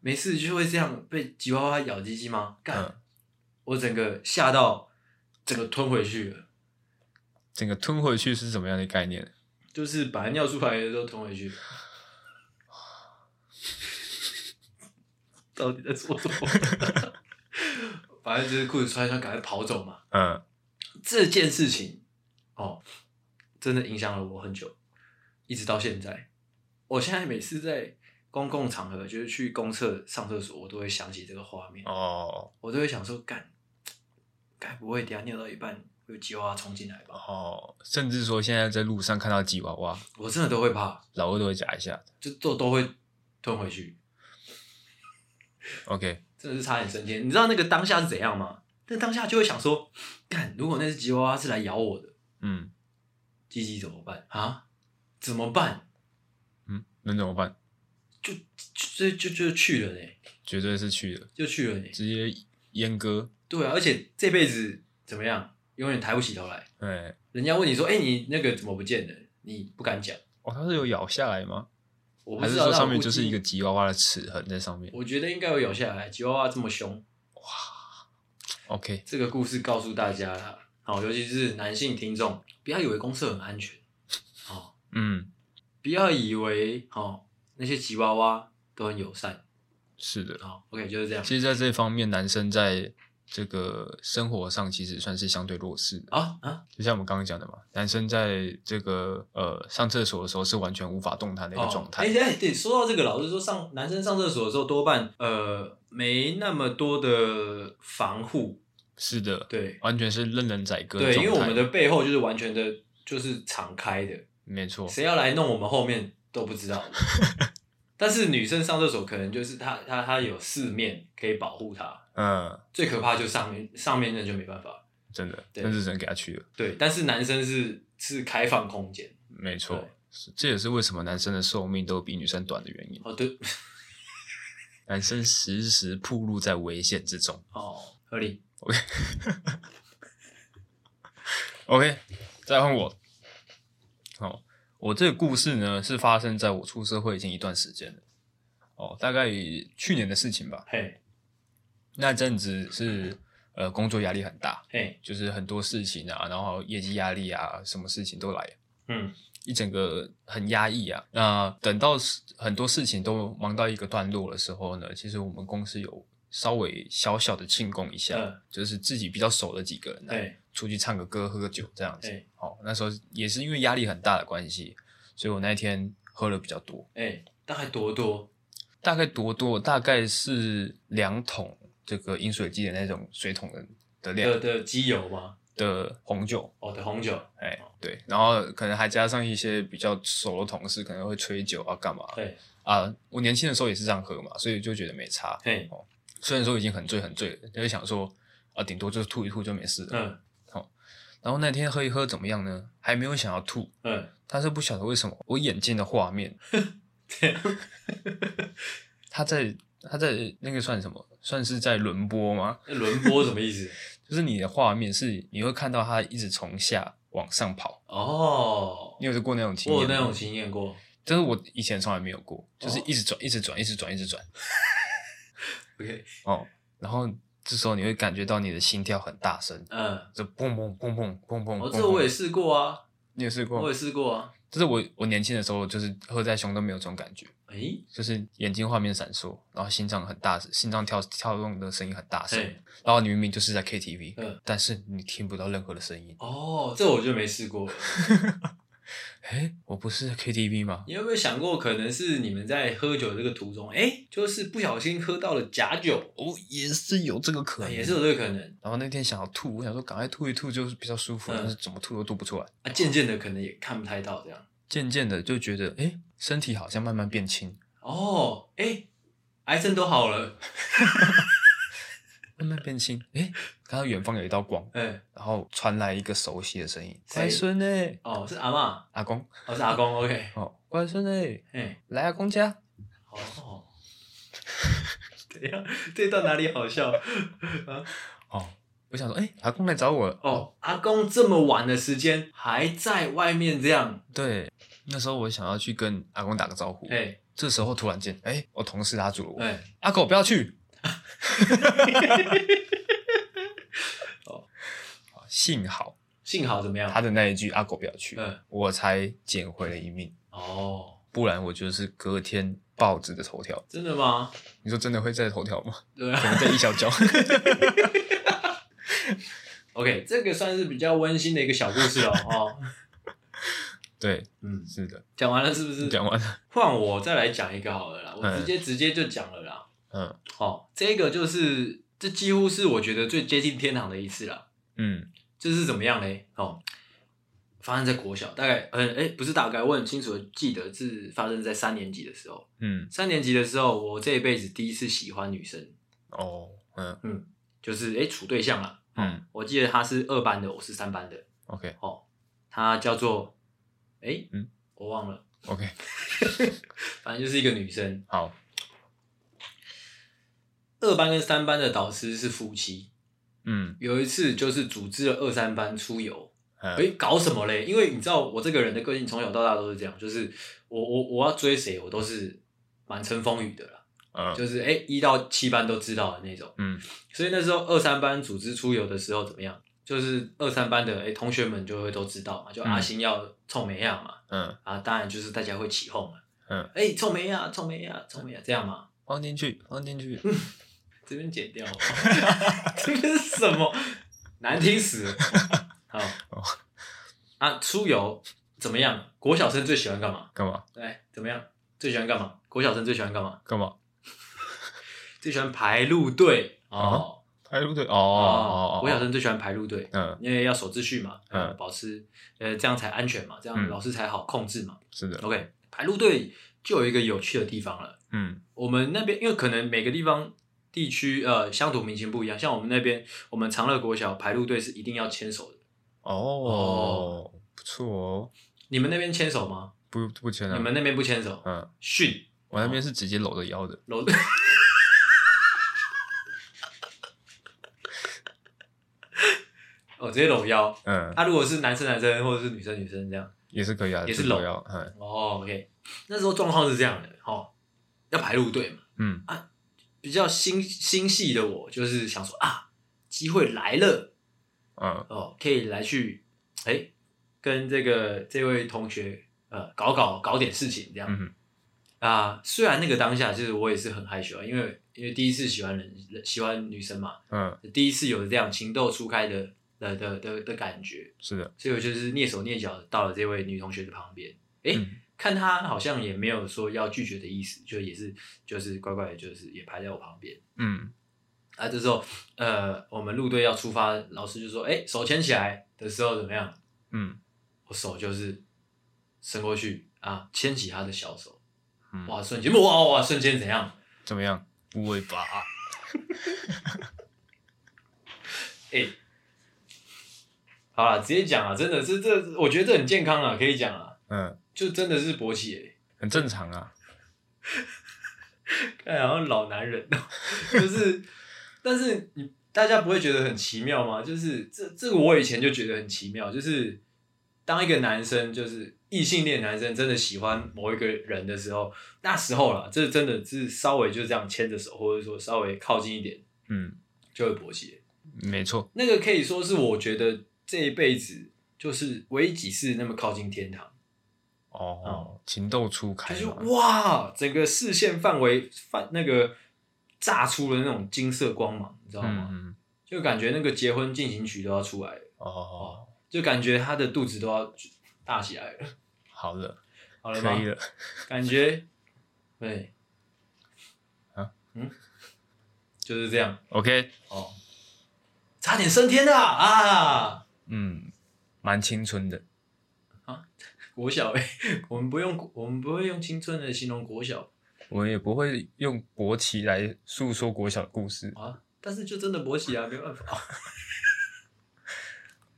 Speaker 1: 没事就会这样被吉娃娃咬鸡鸡吗？干！
Speaker 2: 嗯
Speaker 1: 我整个吓到，整个吞回去了，
Speaker 2: 整个吞回去是什么样的概念？
Speaker 1: 就是把尿出来的都吞回去。到底在说什么？ [laughs] 反正就是裤子穿一穿，赶快跑走嘛。
Speaker 2: 嗯，
Speaker 1: 这件事情哦，真的影响了我很久，一直到现在。我现在每次在公共场合，就是去公厕上厕所，我都会想起这个画面，
Speaker 2: 哦
Speaker 1: 我都会想说，干，该不会等一下尿到一半有吉娃娃冲进来吧？
Speaker 2: 哦，甚至说现在在路上看到吉娃娃，
Speaker 1: 我真的都会怕，
Speaker 2: 老二都会夹一下。
Speaker 1: 就都都会吞回去，
Speaker 2: OK，
Speaker 1: 真的是差点升天。你知道那个当下是怎样吗？那当下就会想说，干，如果那只吉娃娃是来咬我的，
Speaker 2: 嗯
Speaker 1: 鸡鸡怎么办啊？怎么办？
Speaker 2: 嗯，能怎么办？
Speaker 1: 就就就就就去了呢、
Speaker 2: 绝对是去了，
Speaker 1: 就去了你。
Speaker 2: 直接阉割。
Speaker 1: 对啊，而且这辈子怎么样，永远抬不起头来。
Speaker 2: 哎，
Speaker 1: 人家问你说：“哎、你那个怎么不见了？”你不敢讲。
Speaker 2: 哦，它是有咬下来吗？
Speaker 1: 我不
Speaker 2: 还
Speaker 1: 知
Speaker 2: 是
Speaker 1: 道
Speaker 2: 说
Speaker 1: 那
Speaker 2: 上面
Speaker 1: 我估
Speaker 2: 就
Speaker 1: 计
Speaker 2: 是一个吉娃娃的齿痕在上面
Speaker 1: 我觉得应该有咬下来。吉娃娃这么凶，
Speaker 2: ？OK，
Speaker 1: 这个故事告诉大家啦。好，尤其是男性听众，不要以为公厕很安全。哦，
Speaker 2: 嗯，
Speaker 1: 不要以为哦那些吉娃娃都很友善。
Speaker 2: 是的。
Speaker 1: 哦，OK，就是这样。
Speaker 2: 其实，在这方面，男生在这个生活上其实算是相对弱势的。
Speaker 1: 啊啊，
Speaker 2: 就像我们刚刚讲的嘛，男生在这个呃上厕所的时候是完全无法动弹的一个状态。
Speaker 1: 哦哎哎，对，说到这个，老实说上男生上厕所的时候，多半呃没那么多的防护，
Speaker 2: 是的，
Speaker 1: 对
Speaker 2: 完全是任人宰割的
Speaker 1: 对，因为
Speaker 2: 状
Speaker 1: 我
Speaker 2: 态。
Speaker 1: 们的背后就是完全的，就是敞开的，
Speaker 2: 没错，
Speaker 1: 谁要来弄我们后面都不
Speaker 2: [laughs]
Speaker 1: 知道。但是女生上厕所可能就是她她她有四面可以保护她，
Speaker 2: 嗯，
Speaker 1: 最可怕就上面上面那就没办法。
Speaker 2: 真的，
Speaker 1: 对
Speaker 2: 那就只能给他去了。
Speaker 1: 对，但是男生是是开放空间
Speaker 2: 没错
Speaker 1: 对，
Speaker 2: 是这也是为什么男生的寿命都比女生短的原因。
Speaker 1: 哦，对
Speaker 2: 男生时时暴露在危险之中。
Speaker 1: 哦，合理。
Speaker 2: OK，再换我。好，我这个故事呢是发生在我出社会已经一段时间了，哦，大概去年的事情吧。
Speaker 1: 嘿
Speaker 2: 那阵子是呃工作压力很大，
Speaker 1: 嘿，
Speaker 2: 就是很多事情啊，然后业绩压力啊，什么事情都来，
Speaker 1: 嗯
Speaker 2: 一整个很压抑啊。那等到很多事情都忙到一个段落的时候呢，其实我们公司有稍微小小的庆功一下，
Speaker 1: 嗯
Speaker 2: 就是自己比较熟的几个人、啊，
Speaker 1: 嘿
Speaker 2: 出去唱个歌、喝个酒这样子
Speaker 1: 哎。
Speaker 2: 哦，那时候也是因为压力很大的关系，所以我那一天喝了比较多，
Speaker 1: 哎，大概多多
Speaker 2: 大概多多大概是两桶这个饮水机的那种水桶的的量
Speaker 1: 的的机油吗？
Speaker 2: 的红酒。
Speaker 1: 哦的红酒，
Speaker 2: 哎，对，然后可能还加上一些比较熟的同事，可能会吹酒啊，干嘛？
Speaker 1: 对
Speaker 2: 啊，我年轻的时候也是这样喝嘛，所以就觉得没差。
Speaker 1: 嘿
Speaker 2: 虽然说已经很醉很醉了，就是想说啊，顶多就是吐一吐就没事了。
Speaker 1: 嗯
Speaker 2: 然后那天喝一喝怎么样呢？还没有想要吐，
Speaker 1: 嗯，
Speaker 2: 但是不晓得为什么我眼睛的画
Speaker 1: [laughs]
Speaker 2: 面， [laughs] 它在它在那个算什么？算是在轮播吗？
Speaker 1: 那轮播什么意思？
Speaker 2: 就是你的画面是你会看到它一直从下往上跑。
Speaker 1: [laughs] 哦，
Speaker 2: 你有过那种经
Speaker 1: 我有
Speaker 2: 验？
Speaker 1: 那种，经验哦过，
Speaker 2: 但是我以前从来没有过，就是一直转，一直转，一直转，一直转。
Speaker 1: OK，
Speaker 2: 哦，然后这时候你会感觉到你的心跳很大声，
Speaker 1: 嗯，
Speaker 2: 就砰砰砰砰砰砰。
Speaker 1: 哦，
Speaker 2: 砰
Speaker 1: 这我也
Speaker 2: 砰，
Speaker 1: 试过啊，
Speaker 2: 你也试
Speaker 1: 我
Speaker 2: 过
Speaker 1: 也？试过啊。
Speaker 2: 就是我我年轻的时候，就是喝在胸都没有这种感觉，
Speaker 1: 诶，
Speaker 2: 就是眼睛画面闪烁，然后心脏很大，心脏跳跳动的声音很大声，
Speaker 1: 嘿，
Speaker 2: 然后你明明就是在 KTV，、
Speaker 1: 嗯
Speaker 2: 但是你听不到任何的声音。
Speaker 1: 哦，这我就没试 [laughs] 过了。
Speaker 2: 哎，我不是在 KTV 吗？
Speaker 1: 你有没有想过，可能是你们在喝酒的这个途中，诶，就是不小心喝到了假酒，
Speaker 2: 哦，也是有这个可能，
Speaker 1: 啊也是有这个可能
Speaker 2: 然后那天想要吐，我想说赶快吐一吐，就是比较舒服，
Speaker 1: 嗯
Speaker 2: 但是怎么吐都吐不出来。
Speaker 1: 啊。渐渐的，可能也看不太到这样。
Speaker 2: 渐渐的就觉得，哎，身体好像慢慢变轻，
Speaker 1: 哦，诶，癌症都好了，
Speaker 2: 慢慢变轻，诶，看到远方有一道光，
Speaker 1: 嗯，
Speaker 2: 然后传来一个熟悉的声音：“
Speaker 1: 谁
Speaker 2: 乖孙呢、
Speaker 1: 哦，是阿嬷，
Speaker 2: 阿公
Speaker 1: 哦，是阿公，OK，
Speaker 2: 哦，乖孙呢、
Speaker 1: 嘿，
Speaker 2: 来啊阿公家。
Speaker 1: 哦，怎样？这到哪里好笑？”
Speaker 2: 哦，我想说，哎、阿公来找我了。
Speaker 1: 哦，阿公这么晚的时间还在外面这样，
Speaker 2: 对，那时候我想要去跟阿公打个招呼，
Speaker 1: 哎
Speaker 2: 这时候突然间，哎、我同事拉住了我，
Speaker 1: 哎，
Speaker 2: 阿狗不要
Speaker 1: [laughs]
Speaker 2: 去。
Speaker 1: 哦
Speaker 2: 哦，幸好
Speaker 1: 幸好怎么样？
Speaker 2: 他的那一句“阿狗不要去”，
Speaker 1: 嗯，
Speaker 2: 我才捡回了一命，
Speaker 1: 哦，
Speaker 2: 不然我就是隔天报纸的头条。
Speaker 1: 真的吗？
Speaker 2: 你说真的会在头条吗？ [laughs]
Speaker 1: 对
Speaker 2: 可
Speaker 1: 啊
Speaker 2: 能在一小
Speaker 1: [laughs]
Speaker 2: 角。
Speaker 1: ，OK，这个算是比较温馨的一个小故事哦。哦，
Speaker 2: 对，
Speaker 1: 嗯，
Speaker 2: 是的，
Speaker 1: 讲完了是不是？
Speaker 2: 讲完了。
Speaker 1: 换我再来讲一个好了啦，我
Speaker 2: 嗯
Speaker 1: 直接直接就讲了啦。
Speaker 2: 嗯
Speaker 1: 哦，这个就是这几乎是我觉得最接近天堂的一次啦。
Speaker 2: 嗯
Speaker 1: 这是怎么样嘞？哦，发生在国小，大概嗯哎，不是大概，我很清楚的记得是发生在三年级的时候。
Speaker 2: 嗯，
Speaker 1: 三年级的时候，我这一辈子第一次喜欢女生，
Speaker 2: 哦，嗯
Speaker 1: 就是诶处对象啦。
Speaker 2: 嗯
Speaker 1: 我记得她是二班的，我是三班的。
Speaker 2: ，OK
Speaker 1: 哦，她叫做诶，
Speaker 2: 嗯，
Speaker 1: 我忘了，
Speaker 2: OK，
Speaker 1: 反正就是一个女生。
Speaker 2: 好，
Speaker 1: 二班跟三班的导师是夫妻。
Speaker 2: 嗯，
Speaker 1: 有一次就是组织了二三班出游，
Speaker 2: 嗯
Speaker 1: 诶，搞什么嘞？因为你知道我这个人的个性从小到大都是这样，就是我我我要追谁，我都是满城风雨的啦，
Speaker 2: 嗯
Speaker 1: 就是诶一到七班都知道的那种。
Speaker 2: 嗯
Speaker 1: 所以那时候二三班组织出游的时候怎么样？就是二三班的哎、诶同学们就会都知道嘛，就阿星要臭美亚嘛，
Speaker 2: 嗯，
Speaker 1: 啊，当然就是大家会起哄嘛，
Speaker 2: 嗯，
Speaker 1: 哎、臭美亚，臭美亚，臭美亚这样嘛，
Speaker 2: 放进去，放进去，
Speaker 1: 这边剪掉好 [laughs] 不好，这边是什么？难听死了。好
Speaker 2: 哦，
Speaker 1: 啊，出游怎么样？国小生最喜欢干嘛？
Speaker 2: 干嘛
Speaker 1: 来，怎么样？最喜欢干嘛？国小生最喜欢干嘛？
Speaker 2: 干嘛？
Speaker 1: 最喜欢排路队哦
Speaker 2: 排路嗯队哦哦哦，
Speaker 1: 国小生最喜欢排路队，
Speaker 2: 嗯，
Speaker 1: 因为要守秩序嘛，
Speaker 2: 嗯
Speaker 1: 嗯，保持呃这样才安全嘛，这样
Speaker 2: 嗯
Speaker 1: 老师才好控制嘛。
Speaker 2: 是的，
Speaker 1: OK，排路队就有一个有趣的地方了。
Speaker 2: 嗯
Speaker 1: 我们那边因为可能每个地方地区呃乡土民情不一样，像我们那边，我们长乐国小排路队是一定要牵手的。
Speaker 2: 哦，不错哦，
Speaker 1: 你们那边牵手吗？
Speaker 2: 不不签了
Speaker 1: 你，们那边不牵手？
Speaker 2: 嗯，
Speaker 1: 训
Speaker 2: 我那边是直接搂着腰的，
Speaker 1: 楼。哦，直接搂腰。
Speaker 2: 嗯，
Speaker 1: 啊，如果是男生男生或者是女生女生这样。
Speaker 2: 也是可以啊，
Speaker 1: 也是
Speaker 2: 直
Speaker 1: 搂
Speaker 2: 接腰，嗯
Speaker 1: 哦，OK，那时候状况是这样的，哦，要排路队嘛。
Speaker 2: 嗯
Speaker 1: 啊比较心心细的我，就是想说啊，机会来了。
Speaker 2: 嗯
Speaker 1: 哦，可以来去哎、跟这个这位同学呃搞搞搞点事情这样
Speaker 2: 嗯哼
Speaker 1: 啊、虽然那个当下就是我也是很害羞啊，因为因为第一次喜欢人人喜欢女生嘛，
Speaker 2: 嗯，
Speaker 1: 第一次有这样情窦初开的的的的的感觉，
Speaker 2: 是的，
Speaker 1: 所以我就是蹑手蹑脚地到了这位女同学的旁边，哎、
Speaker 2: 嗯
Speaker 1: 看她好像也没有说要拒绝的意思，就也是就是乖乖的，就是也排在我旁边。
Speaker 2: 嗯
Speaker 1: 啊，这时候，呃，我们路队要出发，老师就说：“哎、手牵起来的时候怎么样？”
Speaker 2: 嗯
Speaker 1: 我手就是伸过去啊，牵起他的小手，
Speaker 2: 嗯，
Speaker 1: 哇，瞬间哇哇，瞬间怎样？
Speaker 2: 怎么样？不会吧？
Speaker 1: 哎、好啦，直接讲啊，真的，这这，我觉得这很健康啊，可以讲啊，
Speaker 2: 嗯，
Speaker 1: 就真的是勃起、欸，
Speaker 2: 很正常啊，
Speaker 1: 看好像老男人哦， [laughs] 就是，但是你大家不会觉得很奇妙吗？就是这这个我以前就觉得很奇妙，就是当一个男生就是异性恋男生真的喜欢某一个人的时候，那时候啦，这真的是稍微就这样牵着手，或者说稍微靠近一点
Speaker 2: 嗯，
Speaker 1: 就会勃起。
Speaker 2: 没错，
Speaker 1: 那个可以说是我觉得这一辈子就是唯一几次那么靠近天堂，
Speaker 2: 哦，情窦初
Speaker 1: 就
Speaker 2: 开
Speaker 1: 是
Speaker 2: 嘛，嗯
Speaker 1: 哇，整个视线范围范那个炸出了那种金色光芒，你知道吗？
Speaker 2: 嗯嗯，
Speaker 1: 就感觉那个结婚进行曲都要出来了，
Speaker 2: 哦，
Speaker 1: 就感觉他的肚子都要大起来了。
Speaker 2: 好了，
Speaker 1: 好了
Speaker 2: 可
Speaker 1: 吗
Speaker 2: 以？了，
Speaker 1: 感觉对
Speaker 2: 啊，
Speaker 1: 嗯，就是这样
Speaker 2: OK，
Speaker 1: 哦，差点升天了啊！
Speaker 2: 嗯，蛮青春的，
Speaker 1: 国小、欸，我们不用，我们不会用青春来形容国小
Speaker 2: 我也不会用国旗来诉说国小的故事，
Speaker 1: 啊，但是就真的勃起啊，没办法。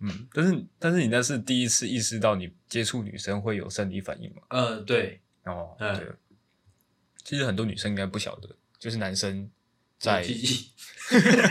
Speaker 2: 嗯，但是但是你那是第一次意识到你接触女生会有生理反应嘛？
Speaker 1: 嗯、对，
Speaker 2: 哦，
Speaker 1: 嗯
Speaker 2: 对，其实很多女生应该不晓得，就是男生
Speaker 1: 在
Speaker 2: 在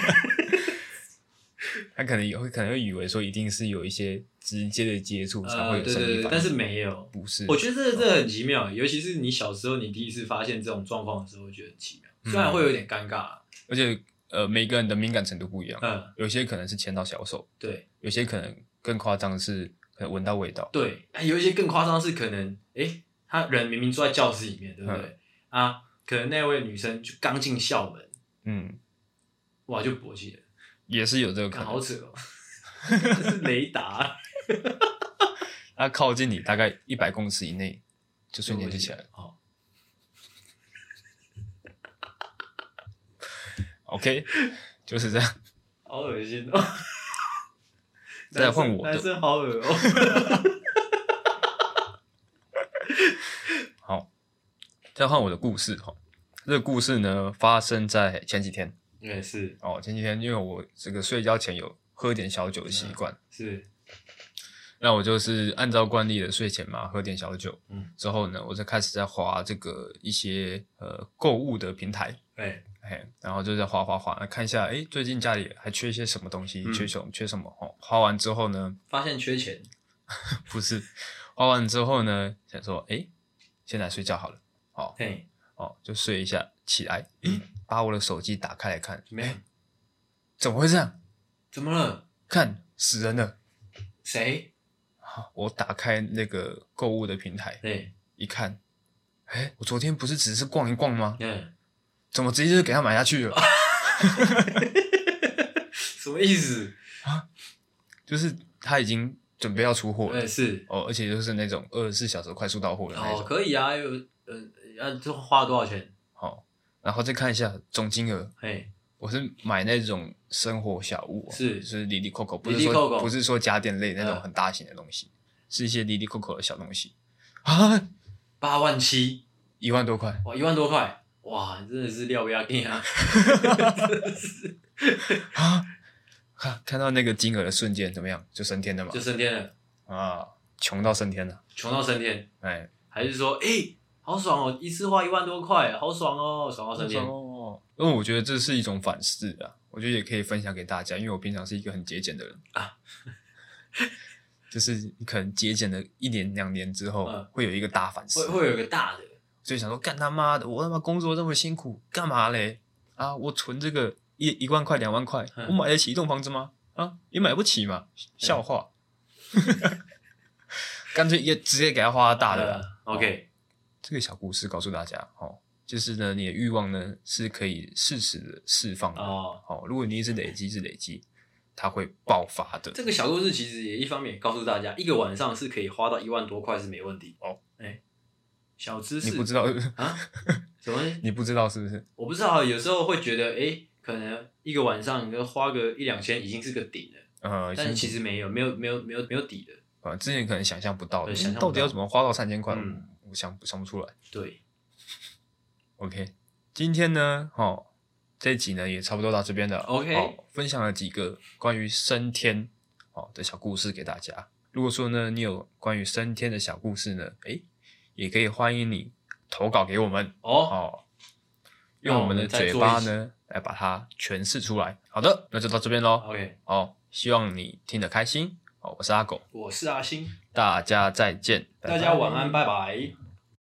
Speaker 2: 他可能也会可能会以为说一定是有一些直接的接触才会
Speaker 1: 呃，
Speaker 2: 有
Speaker 1: 对
Speaker 2: 生
Speaker 1: 对
Speaker 2: 理反应，
Speaker 1: 对，但是没有。
Speaker 2: 不是，哦
Speaker 1: 我觉得这这很奇妙，尤其是你小时候你第一次发现这种状况的时候，我觉得很奇妙，虽然
Speaker 2: 嗯
Speaker 1: 会有点尴尬。
Speaker 2: 而且呃每个人的敏感程度不一样，
Speaker 1: 嗯，
Speaker 2: 有些可能是牵到小手，
Speaker 1: 对
Speaker 2: 有些可能更夸张的是可能闻到味道，
Speaker 1: 对，哎有一些更夸张是可能，诶，他人明明坐在教室里面，对不对？啊，可能那位女生就刚进校门，
Speaker 2: 嗯，
Speaker 1: 哇，就勃起了，
Speaker 2: 也是有这个可
Speaker 1: 看
Speaker 2: 能
Speaker 1: 好。扯哦， [laughs] 这是雷达，啊
Speaker 2: 它靠近你大概一百公尺以内，就瞬间就起来了。
Speaker 1: 哦，
Speaker 2: OK，就是 [laughs] 这样。
Speaker 1: 好恶心
Speaker 2: [laughs]
Speaker 1: 哦。
Speaker 2: 再来换
Speaker 1: 男生
Speaker 2: 我的
Speaker 1: 男生好恶哦。 [laughs]
Speaker 2: 好，再换我的故事哈。这个故事呢，发生在前几天
Speaker 1: 也哎是
Speaker 2: 哦。前几天因为我这个睡觉前有喝点小酒的习
Speaker 1: 嗯
Speaker 2: 惯，
Speaker 1: 是，
Speaker 2: 那我就是按照惯例的睡前嘛，喝点小酒。
Speaker 1: 嗯，
Speaker 2: 之后呢，我就开始在划这个一些呃购物的平台。
Speaker 1: 哎，
Speaker 2: 嘿，然后就在划划划，看一下，哎，最近家里还缺一些什么东西，
Speaker 1: 嗯
Speaker 2: 缺什么缺什么哦。花完之后呢，
Speaker 1: 发现缺钱，
Speaker 2: 不是，花完之后呢，想说，哎、先来睡觉好了，好
Speaker 1: 嘿，
Speaker 2: 哦，就睡一下，起来，诶把我的手机打开来看，
Speaker 1: 怎么样？
Speaker 2: 怎么会这样？
Speaker 1: 怎么了？
Speaker 2: 看死人了！
Speaker 1: 谁？
Speaker 2: 啊我打开那个购物的平台
Speaker 1: 对，
Speaker 2: 一看，哎、我昨天不是只是逛一逛吗？
Speaker 1: 嗯，
Speaker 2: 怎么直接就给他买下去了？ [laughs]
Speaker 1: 什么意思？
Speaker 2: 就是他已经准备要出货了
Speaker 1: 哎，是
Speaker 2: 哦，而且就是那种二十四小时快速到货的那
Speaker 1: 哦，
Speaker 2: 种。
Speaker 1: 可以啊，有呃，啊，这花了多少钱？
Speaker 2: 好，然后再看一下总金额，
Speaker 1: 嘿，
Speaker 2: 我是买那种生活小物、哦，
Speaker 1: 是
Speaker 2: 就是里里扣扣，不是
Speaker 1: 里里
Speaker 2: 说
Speaker 1: 扣扣
Speaker 2: 不是说家电类那种
Speaker 1: 嗯
Speaker 2: 很大型的东西，是一些里里扣扣的小东西啊，
Speaker 1: 八万七，
Speaker 2: 一万多块，
Speaker 1: 哇，一万多块，哇，你真的是料不要
Speaker 2: [laughs]
Speaker 1: 定啊！
Speaker 2: 哈，看到那个金额的瞬间怎么样，就升天了嘛
Speaker 1: 就，升天了，
Speaker 2: 啊，穷到升天了，
Speaker 1: 穷到升天，
Speaker 2: 哎，
Speaker 1: 还是说，哎、好爽哦，一次花一万多块，好爽哦，爽到升天。
Speaker 2: 哦，因为我觉得这是一种反思啊，我觉得也可以分享给大家，因为我平常是一个很节俭的人
Speaker 1: 啊。
Speaker 2: [laughs] 就是你可能节俭了一年两年之后，
Speaker 1: 嗯
Speaker 2: 会有一个大反思，
Speaker 1: 会会有一个大的，
Speaker 2: 就想说干他妈的，我他妈工作这么辛苦，干嘛嘞？啊，我存这个一一万块、两万块，
Speaker 1: 嗯
Speaker 2: 我买得起一栋房子吗？啊，也买不起嘛，笑话。 [laughs] 干脆也直接给他花大的啦、
Speaker 1: 呃 OK，
Speaker 2: 这个小故事告诉大家哦，就是呢，你的欲望呢是可以适时的释放的。
Speaker 1: 哦，
Speaker 2: 哦，如果你一直累积，一直累积，它会爆发的。
Speaker 1: 这个小故事其实也一方面也告诉大家，一个晚上是可以花到一万多块是没问题。
Speaker 2: 哦，
Speaker 1: 哎、小知
Speaker 2: 你
Speaker 1: 识
Speaker 2: 不知道， [laughs]
Speaker 1: 啊？什么？
Speaker 2: 你不知道是不是？
Speaker 1: 我不知道，有时候会觉得，哎、可能一个晚上你花个一两千已经是个顶了，
Speaker 2: 呃，
Speaker 1: 但是其实没有，没有，没有，没有，没有底的。
Speaker 2: 啊，之前可能想象不到的，
Speaker 1: 对想象不到
Speaker 2: 到底要怎么花到三千块，
Speaker 1: 嗯
Speaker 2: 我想想不出来。
Speaker 1: 对，
Speaker 2: OK，今天呢，哦，这一集呢也差不多到这边了。
Speaker 1: OK
Speaker 2: 哦分享了几个关于升天哦的小故事给大家。如果说呢，你有关于升天的小故事呢，诶，也可以欢迎你投稿给我们
Speaker 1: 哦，
Speaker 2: 哦，用我们的嘴巴呢来把它诠释出来。好的，那就到这边喽。
Speaker 1: ，OK，
Speaker 2: 哦，希望你听得开心。哦，我是阿狗，
Speaker 1: 我是阿星，
Speaker 2: 大家再见，
Speaker 1: 大家晚安，拜拜。